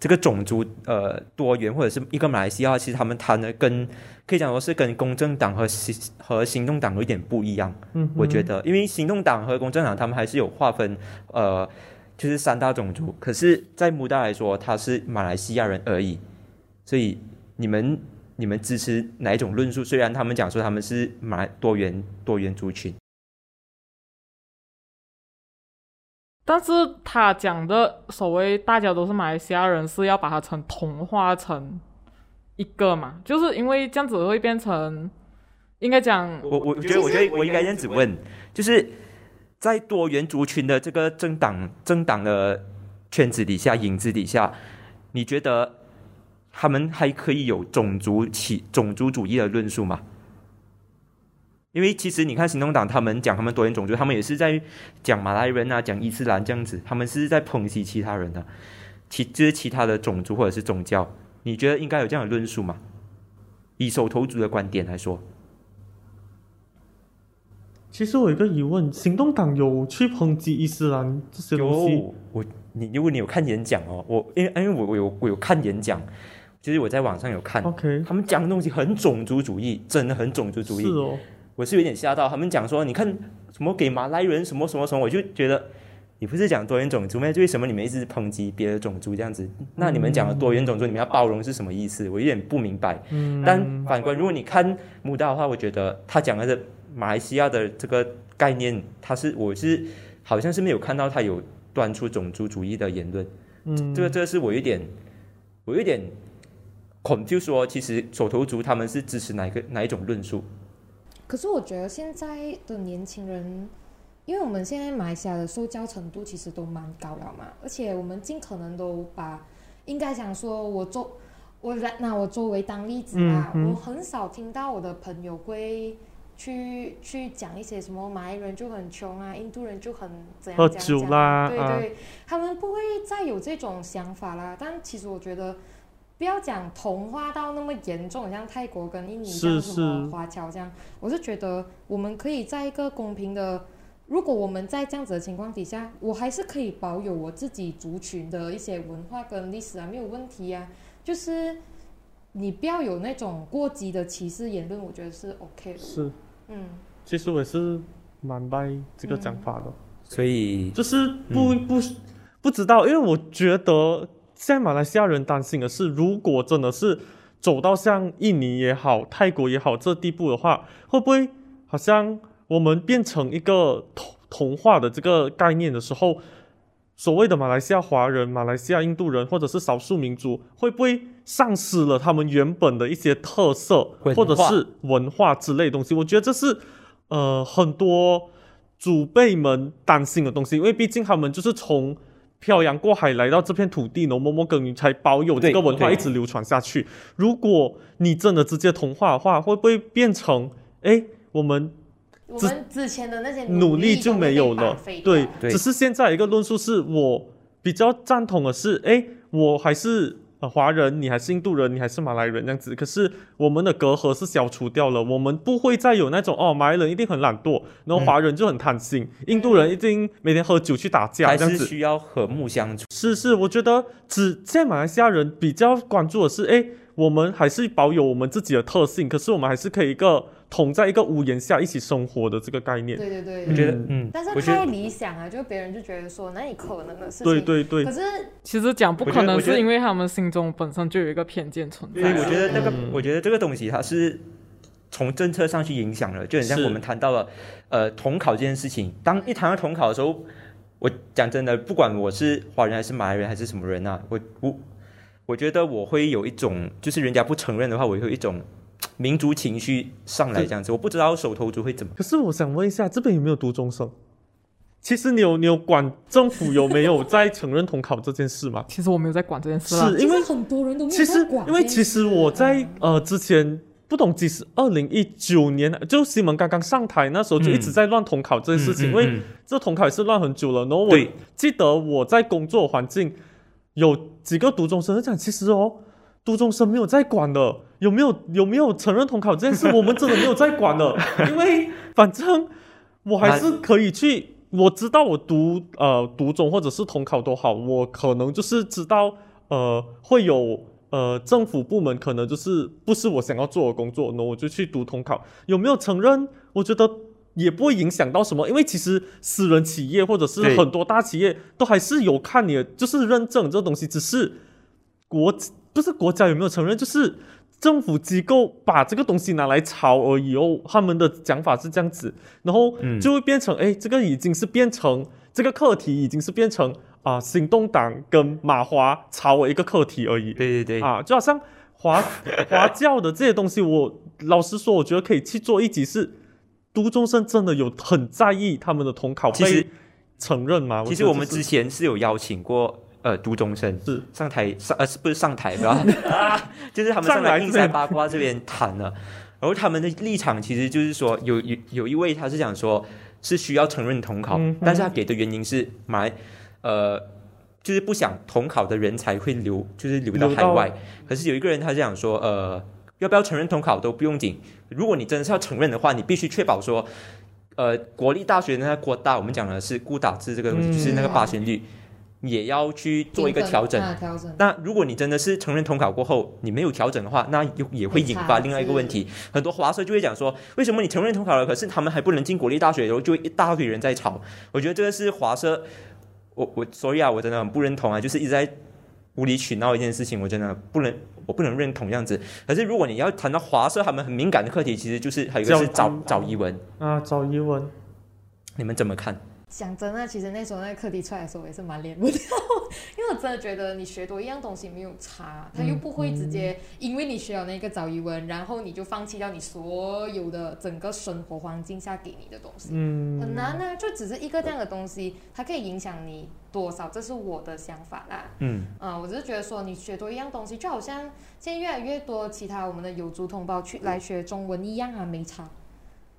A: 这个种族呃多元或者是一个马来西亚，其实他们谈的跟可以讲说是跟公正党和行和行动党有一点不一样，
B: 嗯哼，
A: 我觉得，因为行动党和公正党他们还是有划分，呃，就是三大种族，可是，在穆大来说，他是马来西亚人而已，所以你们。你们支持哪一种论述？虽然他们讲说他们是马来多元多元族群，
C: 但是他讲的所谓大家都是马来西亚人，是要把它成同化成一个嘛？就是因为这样子会变成，应该讲
A: 我我觉得我觉得我应该这样子问，就是在多元族群的这个政党政党的圈子底下影子底下，你觉得他们还可以有种族起种族主义的论述吗？因为其实你看行动党，他们讲他们多元种族，他们也是在讲马来人啊，讲伊斯兰这样子，他们是在抨击其他人的、啊其就是其他的种族或者是宗教。你觉得应该有这样的论述吗？以手头族的观点来说，
B: 其实我有一个疑问，行动党有去抨击伊斯兰这些东西，
A: 有我你如果你有看演讲哦，我因为因为我我有我有看演讲，就是我在网上有看，
B: 哦？OK，
A: 他们讲的东西很种族主义，真的很种族主
B: 是
A: 义，
B: 哦，
A: 我是有点吓到。他们讲说你看什么给马来人什么什么什么，我就觉得你不是讲多元种族吗？为什么你们一直抨击别的种族这样子？那你们讲的多元种族，你们要包容是什么意思？我有点不明白。
B: 嗯，
A: 但反观，如果你看穆大的话，我觉得他讲的是马来西亚的这个概念，他是我是好像是没有看到他有端出种族主义的言论，
B: 嗯，
A: 这个这个是我有点我有点 confuse 说，其实手头族他们是支持哪一个哪一种论述？
D: 可是我觉得现在的年轻人，因为我们现在马来西亚的受教程度其实都蛮高了嘛，而且我们尽可能都把，应该讲说我周我来拿我周围当例子啦，
B: 嗯嗯
D: 我很少听到我的朋友会去去讲一些什么马来人就很穷啊，印度人就很怎样
B: 喝
D: 怎样
B: 酒
D: 怎样
B: 啦
D: 对
B: 啊
D: 对，他们不会再有这种想法啦。但其实我觉得。不要讲同化到那么严重，像泰国跟印尼这样
B: 是
D: 什么
B: 是
D: 华侨这样，我是觉得我们可以在一个公平的，如果我们在这样子的情况底下，我还是可以保有我自己族群的一些文化跟历史啊，没有问题啊。就是你不要有那种过激的歧视言论，我觉得是 OK 的。
B: 是，
D: 嗯，
B: 其实我也是蛮拜这
C: 嗯
B: 个讲法的。
A: 所以
B: 就是不、
A: 嗯
B: 不不知道，因为我觉得现在马来西亚人担心的是，如果真的是走到像印尼也好、泰国也好这地步的话，会不会好像我们变成一个同同化的这个概念的时候，所谓的马来西亚华人、马来西亚印度人或者是少数民族，会不会丧失了他们原本的一些特色
A: 文化
B: 或者是文化之类的东西？我觉得这是呃很多祖辈们担心的东西，因为毕竟他们就是从漂洋过海来到这片土地，然后默默耕耘，才保有这个
A: 对
B: 文化
A: 对
B: 一直流传下去。如果你真的直接同化的话，会不会变成诶，我们
D: 我们之前的那些
B: 努力
D: 力
B: 就
D: 就
B: 没有了。对
D: 对，，
A: 对
B: 只是现在一个论述是我比较赞同的是，哎，我还是呃华人，你还是印度人，你还是马来人这样子。可是我们的隔阂是消除掉了，我们不会再有那种哦，马来人一定很懒惰，然后华人就很贪心，印度人一定每天喝酒去打架
A: 还
B: 这样
A: 是
B: 子。
A: 需要和睦相处。
B: 是是，我觉得只现在马来西亚人比较关注的是，哎，我们还是保有我们自己的特性，可是我们还是可以一个同在一个屋檐下一起生活的这个概念。
D: 对对对。
A: 我觉得
B: 嗯，
A: 嗯，
D: 但是
A: 我觉
D: 太
A: 得
D: 理想了，就别人就觉得说，那你可能的事情。
B: 对对对
D: 可，是
C: 其实讲不
A: 我觉
C: 可
A: 得
C: 能，
A: 我觉得
C: 是因为他们心中本身就有一个偏见存
A: 所以
C: 在
A: 我
C: 啊。
A: 觉得这个
B: 嗯，
A: 我觉得这个东西它是从政策上去影响了，就很像
B: 是
A: 我们谈到了呃统考这件事情。当一谈到统考的时候，我讲真的，不管我是华人还是马来人还是什么人啊，我我我觉得我会有一种，就是人家不承认的话，我会有一种嘖民族情绪上来这样子。我不知道手头族会怎么，
B: 可是我想问一下，这边有没有读中生？其实你有你有管政府有没有在承认统考这件事吗？
C: 其实我没有在管这件事啦
B: 是，因为
D: 其实很多人 都没
B: 其
D: 有在
B: 实
D: 管这件事，
B: 因为其实我
D: 嗯
B: 在呃之前不懂几时，二零一九年就西蒙刚刚上台那时候就一直在乱统考这件事情，因为
A: 嗯
B: 这统考也是乱很久了。然后我
A: 对
B: 记得我在工作环境有几个读中生就讲，其实哦，读中生没有在管的，有没有有没有承认统考这件事，我们真的没有在管的，因为反正我还是可以去。我知道我读呃读中或者是统考都好，我可能就是知道呃会有呃政府部门可能就是不是我想要做的工作，那我就去读统考，有没有承认？我觉得也不会影响到什么，因为其实私人企业或者是
A: 对
B: 很多大企业都还是有看你的，就是认证这东西，只是国不是国家有没有承认，就是政府机构把这个东西拿来炒而已哦。他们的讲法是这样子，然后
A: 嗯
B: 就会变成，哎、这个已经是变成这个课题已经是变成啊、行动党跟马华炒我一个课题而已。
A: 对对对，
B: 啊，就好像 华华教的这些东西，我老实说，我觉得可以去做一集是，读中生真的有很在意他们的统考
A: 其实
B: 被承认吗？
A: 其
B: 觉
A: 实
B: 得
A: 我
B: 这
A: 们
B: 是
A: 之前是有邀请过呃读中生
B: 是
A: 上台上呃是不是上台 不要 啊，就是他们上
B: 上来
A: 来硬
B: 这
A: 塞
B: 边
A: 八卦这边谈了，然后他们的立场其实就是说有有有一位他是讲说是需要承认统考，
B: 嗯哼
A: 但是他给的原因是马来呃就是不想统考的人才会留就是留到
B: 留
A: 海
B: 到
A: 外，可是有一个人他是讲说呃要不要承认统考都不用紧，如果你真的是要承认的话，你必须确保说。呃，国立大学呢，国大我们讲的是顾打字这个东西，
B: 嗯
A: 就是那个八旋律，也要去做一个调整。
D: 啊调整。
A: 那如果你真的是承认统考过后，你没有调整的话，那又也会引发另外一个问题。很多华社就会讲说，为什么你承认统考了，可是他们还不能进国立大学，然后就一大堆人在吵。我觉得这个是华社，我我 sorry 啊，我真的很不认同啊，就是一直在无理取闹一件事情，我真的不能，我不能认同这样子。可是如果你要谈到华社他们很敏感的课题，其实就是还有一个是
B: 教
A: 找找
B: 育
A: 译文，
B: 啊，找疑问，
A: 你们怎么看？
D: 讲真的，其实那时候那个课题出来的时候，我也是蛮脸不掉，因为我真的觉得你学多一样东西没有差，它又不会直接因为你学了那个早语文，然后你就放弃掉你所有的整个生活环境下给你的东西，
B: 嗯，
D: 很难啊，就只是一个这样的东西，它可以影响你多少，这是我的想法啦。
A: 嗯，
D: 嗯，我只是觉得说，你学多一样东西，就好像现在越来越多其他我们的有族同胞去来学中文一样啊，没差，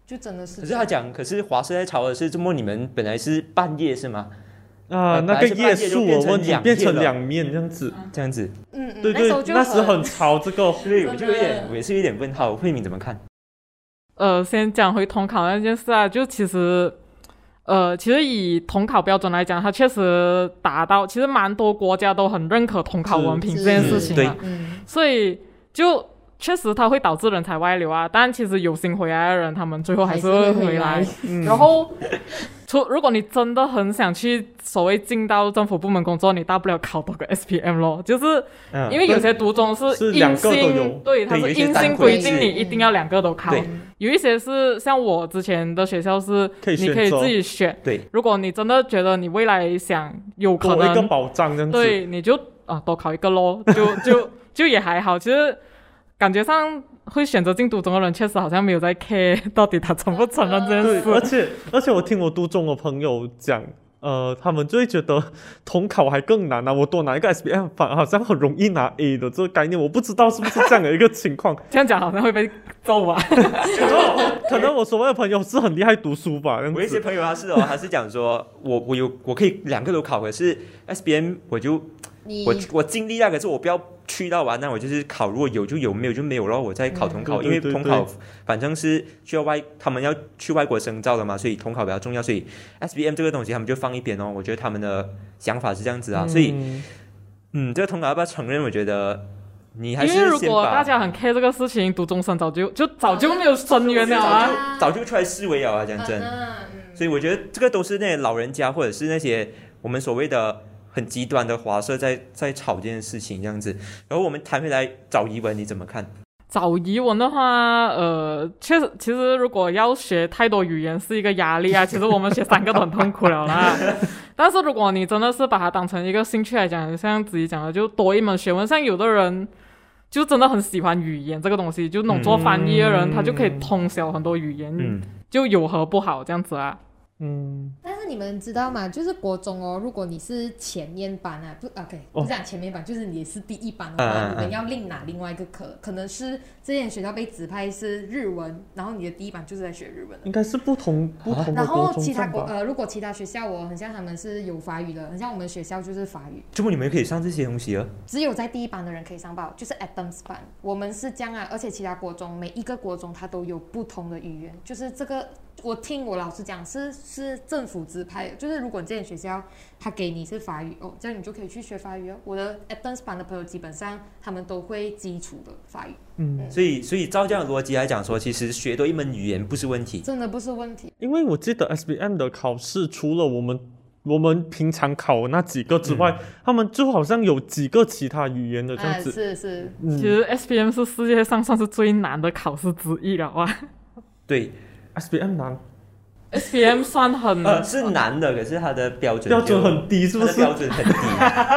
D: 就真的是
A: 可
D: 这样。
A: 是他讲，可是华社在吵的是，这么你们本来是半夜是吗？
B: 啊，
A: 本来
B: 那个
A: 是半夜
B: 页
A: 就
B: 数
A: 变
B: 我
A: 成
B: 问题
A: 两
B: 变
A: 页
B: 成
A: 了
B: 两面这样子，
A: 这样子，
D: 嗯嗯，
B: 对
D: 那
B: 对
D: 时候，就
B: 那时很潮这个，
A: 对，我
D: 真
A: 就
D: 的
A: 有点，我也是有点问号。慧敏怎么看？
C: 呃，先讲回统考那件事啊，就其实，呃，其实以统考标准来讲，它确实达到，其实蛮多国家都很认可统考文凭这件事情
A: 是
C: 的、
A: 对
D: 嗯，
C: 所以就确实它会导致人才外流啊。但其实有心回来的人，他们最后还是会回来。
B: 嗯
C: 然后，除如果你真的很想去所谓进到政府部门工作，你大不了考多个 SPM 咯，就是
A: 嗯，
C: 因为有些读中是
B: 是
C: 硬
B: 两个都有
C: 性，对，它
A: 对有
C: 是
A: 一些
C: 硬
A: 单
C: 性
A: 位
C: 规
A: 是
C: 定你一定要两个都考
A: 对。
C: 有一些是像我之前的学校是，
B: 可以
C: 你
B: 选
C: 可以
B: 择
C: 自己选。
A: 对，
C: 如果你真的觉得你未来想有可
B: 多一个
C: 能，
B: 保障这样子，
C: 对，你就啊多考一个咯，就 就就也还好。其实感觉上会选择进读中的人，确实好像没有在 care 到底他承不承认这件
B: 对，
C: 事
B: 而。且而且我听我读中的朋友讲，呃，他们就会觉得统考还更难啊，我多拿一个 SPM 反而好像很容易拿 A 的这个概念，我不知道是不是这样的一个情 况。
C: 这样讲好像会被揍啊吧？
B: 可能我可能我所谓的朋友是很厉害读书吧，这样
A: 我有一些
B: 子。
A: 朋友他是哦，他是讲说， 我我有我可以两个都考，可是 SBM 我就
D: 你
A: 我我尽力啊，可是我不要去到啊完，那我就是考，如果有就有，没有就没有，然后我再考统考，
B: 嗯
A: 因为
B: 对对
A: 统
B: 对
A: 考反正是需要外，他们要去外国深造的嘛，所以统考比较重要，所以 SBM 这个东西他们就放一边哦。我觉得他们的想法是这样子啊，所以
B: 嗯
A: 嗯，这个统考要不要承认？我觉得你还
C: 因为
A: 是
C: 如
A: 先
C: 果
A: 把
C: 大家很 care 这个事情，读中生早就就早就没有生源了啊。
A: 早就出来示威了啊，讲真。
D: 嗯，
A: 所以我觉得这个都是那些老人家或者是那些我们所谓的很极端的华社在在吵这件事情这样子。然后我们谈回来找疑文，你怎么看？
C: 找疑文的话，呃，确实，其实如果要学太多语言是一个压力啊。其实我们学三个都很痛苦了啦。但是如果你真的是把它当成一个兴趣来讲，像子怡讲的，就多一门学问。像有的人就真的很喜欢语言这个东西，就那种做翻译的人，他就可以通晓很多语言，
A: 嗯，
C: 就有何不好这样子啊？
B: 嗯，
D: 但是你们知道吗？就是国中哦，如果你是前面班啊，不，OK，
B: 哦
D: 不讲前面班，就是你是第一班的话，
A: 嗯嗯嗯
D: 你们要另拿另外一个科，可能是之前学校被指派是日文，然后你的第一班就是在学日文的。
B: 应该是不同不同的
D: 然
B: 国
D: 后
B: 中
D: 其他
B: 上
D: 国
B: 吧。
D: 呃，如果其他学校哦，很像他们是有法语的，很像我们学校就是法语，
A: 这么你们可以上这些东西了？哦
D: 只有在第一班的人可以上报，就是 Adams 班。我们是这样啊，而且其他国中每一个国中它都有不同的语言，就是这个我听我老师讲是是政府支派的，就是如果你这间学校他给你是法语哦，这样你就可以去学法语哦。我的 Adams 班的朋友基本上他们都会基础的法语，
B: 嗯，
A: 所以，所以照这样的逻辑来讲说，其实学多一门语言不是问题。
D: 真的不是问题。
B: 因为我记得 S B M 的考试，除了我们我们平常考的那几个之外，
A: 嗯
B: 他们就好像有几个其他语言的这
D: 啊，
B: 样子。
D: 是是，
C: 其
B: 嗯
C: 实 S P M 是世界上算是最难的考试之一了啊。
A: 对，
B: ，S B M 难，
C: S P M 算 很
A: 呃，是难的，可是它的标准
B: 嗯标准
A: 就
B: 很低，
A: 它
B: 是不
A: 的
B: 是？
A: 标准很低。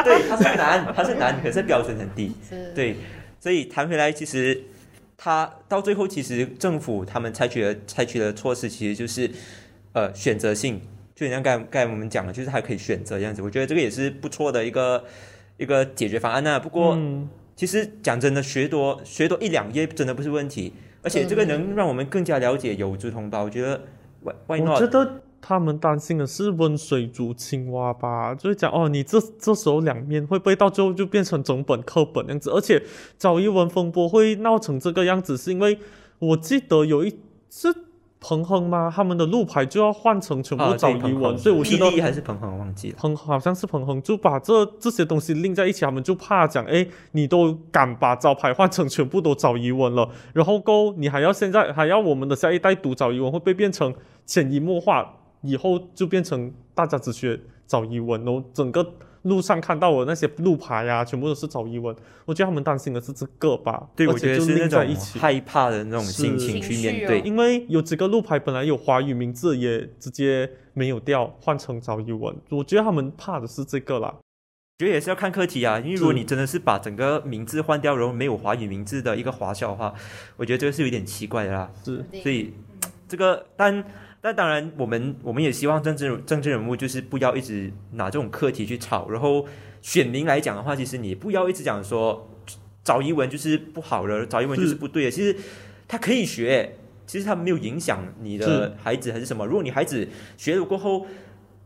A: 对，它是难，它是难，可是标准很低。
D: 是，
A: 对，所以谈回来，其实他到最后，其实政府他们采取的采取的措施，其实就是呃选择性，就像刚才刚才我们讲的，就是还可以选择这样子。我觉得这个也是不错的一个一个解决方案啊呐、不过、
B: 嗯，
A: 其实讲真的，学多学多一两页真的不是问题，而且这个能让我们更加了解有族同胞。我觉得 why why
B: 我觉
A: not？
B: 得他们担心的是温水煮青蛙吧，就是讲哦，你这这时候两面会不会到最后就变成整本课本那样子？而且找一文风波会闹成这个样子，是因为我记得有一是彭亨吗？他们的路牌就要换成全部
A: 啊，
B: 找
A: 对
B: 一
A: 彭
B: 文，
A: 亨
B: 所以我觉得
A: 霹雳还是彭恒忘记了。
B: 彭好像是彭亨就把这这些东西拎在一起，他们就怕讲，哎，你都敢把招牌换成全部都找疑文了，然后够你还要现在还要我们的下一代读找疑文会被变成潜移默化，以后就变成大家只学找疑文，然后整个路上看到我那些路牌呀、全部都是找疑文，我觉得他们担心的是这个吧，
A: 对，
B: 而
A: 我
B: 且
A: 觉得
B: 就是
A: 那
B: 拎在
A: 种
B: 一起。
A: 害怕的那种心
B: 是
A: 情去
D: 情绪
A: 面
D: 哦
A: 对。
B: 因为有几个路牌本来有华语名字，也直接没有掉，换成找疑文。我觉得他们怕的是这个啦。
A: 觉得也是要看课题啊，因为如果
B: 是
A: 你真的是把整个名字换掉，然后没有华语名字的一个华校的话，我觉得这个是有点奇怪的啦。
B: 是，
A: 所以这个，但但当然，我们我们也希望政治政治人物就是不要一直拿这种课题去吵，然后选民来讲的话，其实你不要一直讲说找英文就是不好的，找英文就是
B: 是
A: 不对的，其实他可以学。其实他没有影响你的孩子还是什么。如果你孩子学了过后，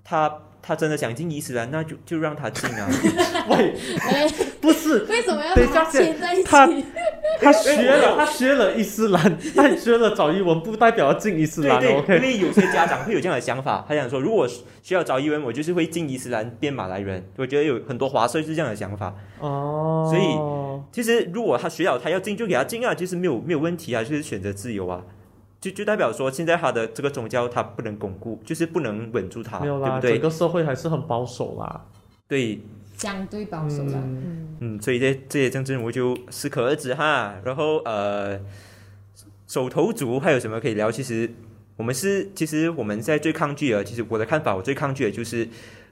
A: 他他真的想进伊斯兰，那就就让他进啊。
B: 喂，
D: 哎，
B: 不是，
D: 为什么要
B: 等一
D: 把它
B: 下先
D: 牵在一
B: 他
D: 起？
B: 他学了，他学了伊斯兰，他学了找英文，不代表要进伊斯兰。
A: 对对
B: OK，
A: 因为有些家长会有这样的想法，他想说，如果需要找伊文，我就是会进伊斯兰变马来人。我觉得有很多华社是这样的想法。
B: 哦，
A: 所其实如果他学了，他要进就给他进啊，其实没有没有问题啊，就是选择自由啊。就就代表说，现在他的这个宗教他不能巩固，就是不能稳住他，
B: 啊没
A: 对
B: 有啦，
A: 不
B: 整
A: 对？
B: 个社会还是很保守啦。
A: 对，
D: 相对保守了。
B: 嗯，
A: 嗯，所以这这些政治人物就适可而止哈。然后呃，手头族还有什么可以聊？其实我们是，其实我们在最抗拒的，其实我的看法，我最抗拒的就是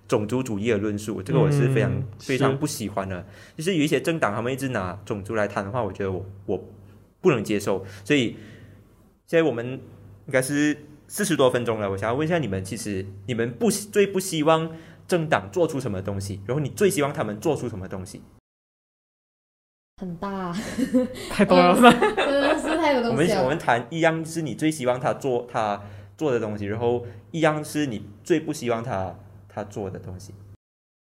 A: 种族主义的论述，这个我是非常、
B: 嗯
A: 非常
B: 是
A: 不喜欢的。就是有一些政党他们一直拿种族来谈的话，我觉得我我不能接受。所以现在我们应该是四十多分钟了，我想要问一下你们，其实你们不希最不希望政党做出什么东西，然后你最希望他们做出什么东西？
D: 很大，
C: 太多了，是吧？
D: 真的是太多
A: 我
D: 东
A: 们
D: 西了。
A: 我们谈一样是你最希望他做他做的东西，然后一样是你最不希望他他做的东西。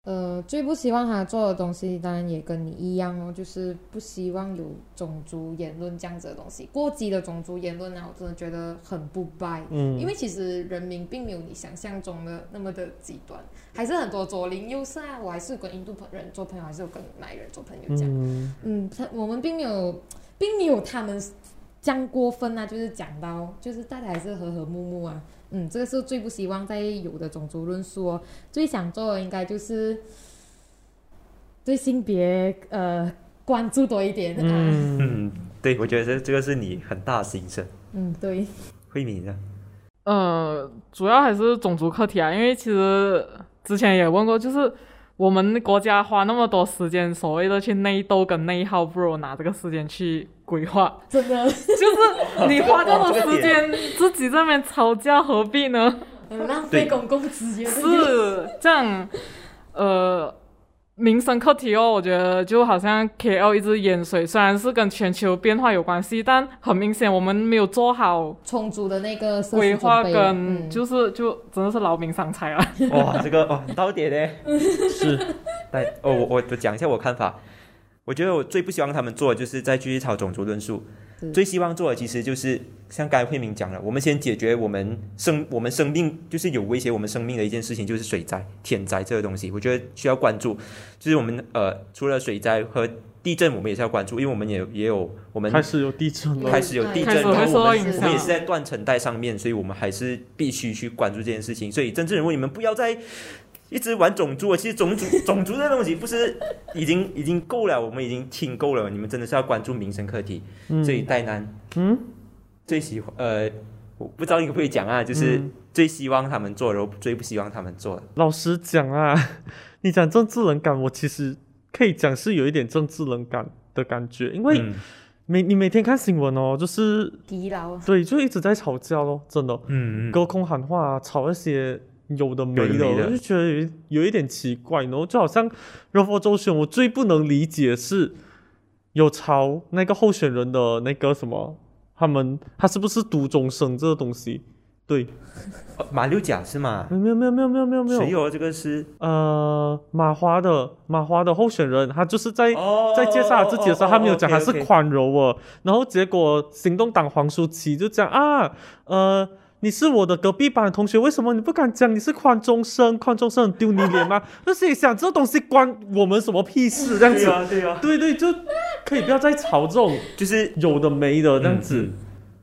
D: 呃，最不希望他做的东西，当然也跟你一样哦，就是不希望有种族言论这样子的东西，过激的种族言论啊，我真的觉得很不 buy。
B: 嗯
D: 因为其实人民并没有你想象中的那么的极端，还是很多左邻右舍啊，我还是有跟印度朋人做朋友，还是有跟马来人做朋友这样。
B: 嗯，
D: 嗯，他我们并没有，并没有他们这样过分啊，就是讲到，就是大家还是和和睦睦啊。嗯，这个是最不希望再有的种族论述哦。最想做的应该就是对性别呃关注多一点啊。
B: 嗯，
A: 嗯，对，我觉得这这个是你很大的心声。
D: 嗯，对，
A: 慧敏呢？
C: 呃，主要还是种族课题啊，因为其实之前也问过，就是我们国家花那么多时间，所谓的去内斗跟内耗，不如拿这个时间去规划。
D: 真的，
C: 就是你花这么多时间，自己这边吵架，何必呢？
D: 很浪费
A: 对
D: 公共资源。
C: 是这样，呃，民生课题哦，我觉得就好像 KL 一直淹水，虽然是跟全球变化有关系，但很明显我们没有做好
D: 充足的那个设施
C: 规划
D: 准备
C: 跟
D: 嗯
C: 就是就真的是劳民伤财啊。
A: 哇，这个哇，到点呢？
B: 是
A: 但哦，我我我讲一下我看法。我觉得我最不希望他们做的就是再继续炒种族论述
D: 是，
A: 最希望做的其实就是像刚才慧明讲了，我们先解决我们生我们生命就是有威胁我们生命的一件事情，就是水灾、天灾这个东西，我觉得需要关注。就是我们呃，除了水灾和地震，我们也是要关注，因为我们也也有我们
B: 开始有地震了
A: 开，始有地震，
C: 开始会
A: 然后
C: 受
A: 我
C: 到
A: 们
C: 影
A: 我
C: 响
A: 们也是在断层带上面，所以我们还是必须去关注这件事情。所以政治人物，你们不要再一直玩种族了。其实种族种族这东西不是已经已经够了，我们已经听够了。你们真的是要关注民生课题。
B: 嗯
A: 所以戴南
B: 嗯，
A: 最喜欢呃，我不知道你会不会讲啊，就是
B: 嗯
A: 最希望他们做，然后最不希望他们做。
B: 老实讲啊， 你讲政治冷感，我其实可以讲是有一点政治冷感的感觉，因为
A: 嗯
B: 每你每天看新闻哦，就是
D: 疲劳，
B: 对，就一直在吵架咯，真的，
A: 嗯嗯
B: 隔空喊话、啊，吵一些有的没的，
A: 有的没的
B: 我就觉得有一有一点奇怪。然后就好像柔佛周选，我最不能理解是有吵那个候选人的那个什么，他们他是不是读中生这个东西？对，
A: 哦马六甲是吗？
B: 没有没有没有没有没有没
A: 谁
B: 有，
A: 有这个是？
B: 呃，马华的马华的候选人，他就是在
A: 哦
B: 在介绍他自己的时候，他没有讲他
A: 哦
B: 是
A: ，OK，OK
B: 宽柔哦，然后结果行动党黄舒淇就讲啊，呃，你是我的隔壁班的同学，为什么你不敢讲你是宽中生？宽中生很丢你脸吗？那心里想这东西关我们什么屁事？这样
A: 对
B: 子，
A: 啊对啊，
B: 对对，就可以不要再吵这种
A: 就是
B: 有的没的这样
A: 嗯
B: 子
A: 嗯。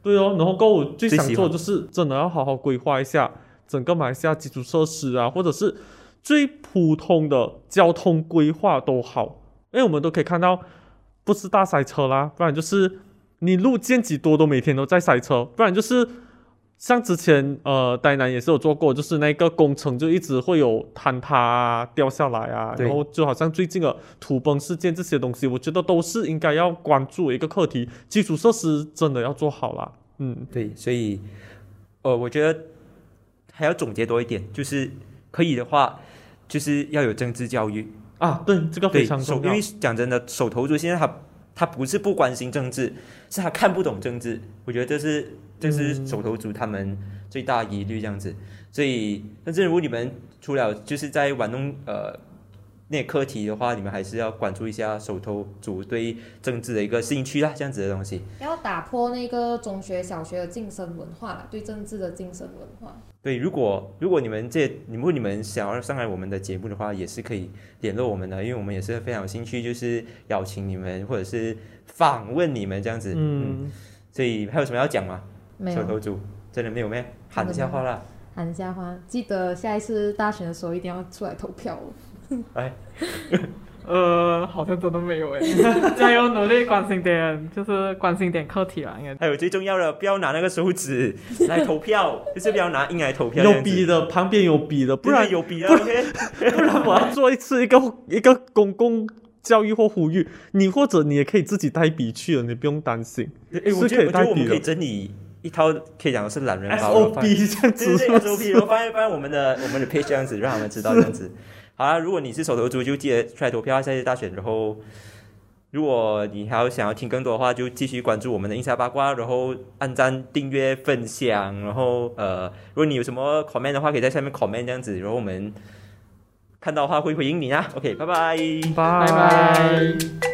B: 对哦，然后过后我最
A: 最
B: 想
A: 喜
B: 做
A: 欢
B: 就是真的要好好规划一下整个马来西亚基础设施啊，或者是最普通的交通规划都好，因为我们都可以看到，不是大塞车啦，不然就是你路见几多都每天都在塞车，不然就是像之前呃呆男也是有做过，就是那个工程就一直会有坍塌啊、掉下来啊，
A: 对
B: 然后就好像最近的土崩事件这些东西，我觉得都是应该要关注的一个课题，基础设施真的要做好啦。嗯，
A: 对，所以，呃，我觉得还要总结多一点，就是可以的话，就是要有政治教育。
B: 啊，对，这个非
A: 对，
B: 常
A: 手
B: 重
A: 因
B: 要
A: 为。讲真的，手头族现在他他不是不关心政治，是他看不懂政治。我觉得这是这是
B: 嗯
A: 手头族他们最大疑虑这样子。所以，但是如果你们除了就是在玩弄呃那些课题的话，你们还是要关注一下手头族对政治的一个兴趣啦，这样子的东西。
D: 要打破那个中学、小学的晋升文化啦，对政治的晋升文化。
A: 对，如果如果你们这，如果你们想要上来我们的节目的话，也是可以联络我们的，因为我们也是非常有兴趣，就是邀请你们或者是访问你们这样子。
B: 嗯，
A: 所以还有什么要讲吗？
D: 没
A: 手
D: 有
A: 头族真的没有咩？喊一下话啦。
D: 喊一下花，记得下一次大选的时候一定要出来投票哦。
C: 呃，好像真的没有诶， 加油努力，关心点，就是关心点课题啦，应该。
A: 还有最重要的，不要拿那个手指 来投票，就是不要拿硬来投票这
B: 有
A: 样子。
B: 笔的，旁边有笔的，不
A: 不然
B: 然
A: 有比啊，OK？
B: 不然我要做一次一个一个公共教育或呼吁，你或者你也可以自己带笔去了，你不用担心。
A: 诶哎我觉得
B: 是可以
A: 我觉
B: 代
A: 得我
B: 笔
A: 们
B: 的
A: 可以整理一套，可以讲是懒人包。放
B: SOP 这样
A: 对
B: 子
A: 对
B: 是
A: 对
B: 不
A: ，SOP，
B: 是，
A: 然后放一放我们的我们的 page 这样子，让他们知道这样子。 好啦，如果你是手头族，就记得出来投票下届大选。然后，如果你还有想要听更多的话，就继续关注我们的印象八卦，然后按赞、订阅、分享。然后呃，如果你有什么 comment 的话，可以在下面 comment 这样子，然后我们看到的话会回应你啊。OK，拜拜。
B: 拜
C: 拜拜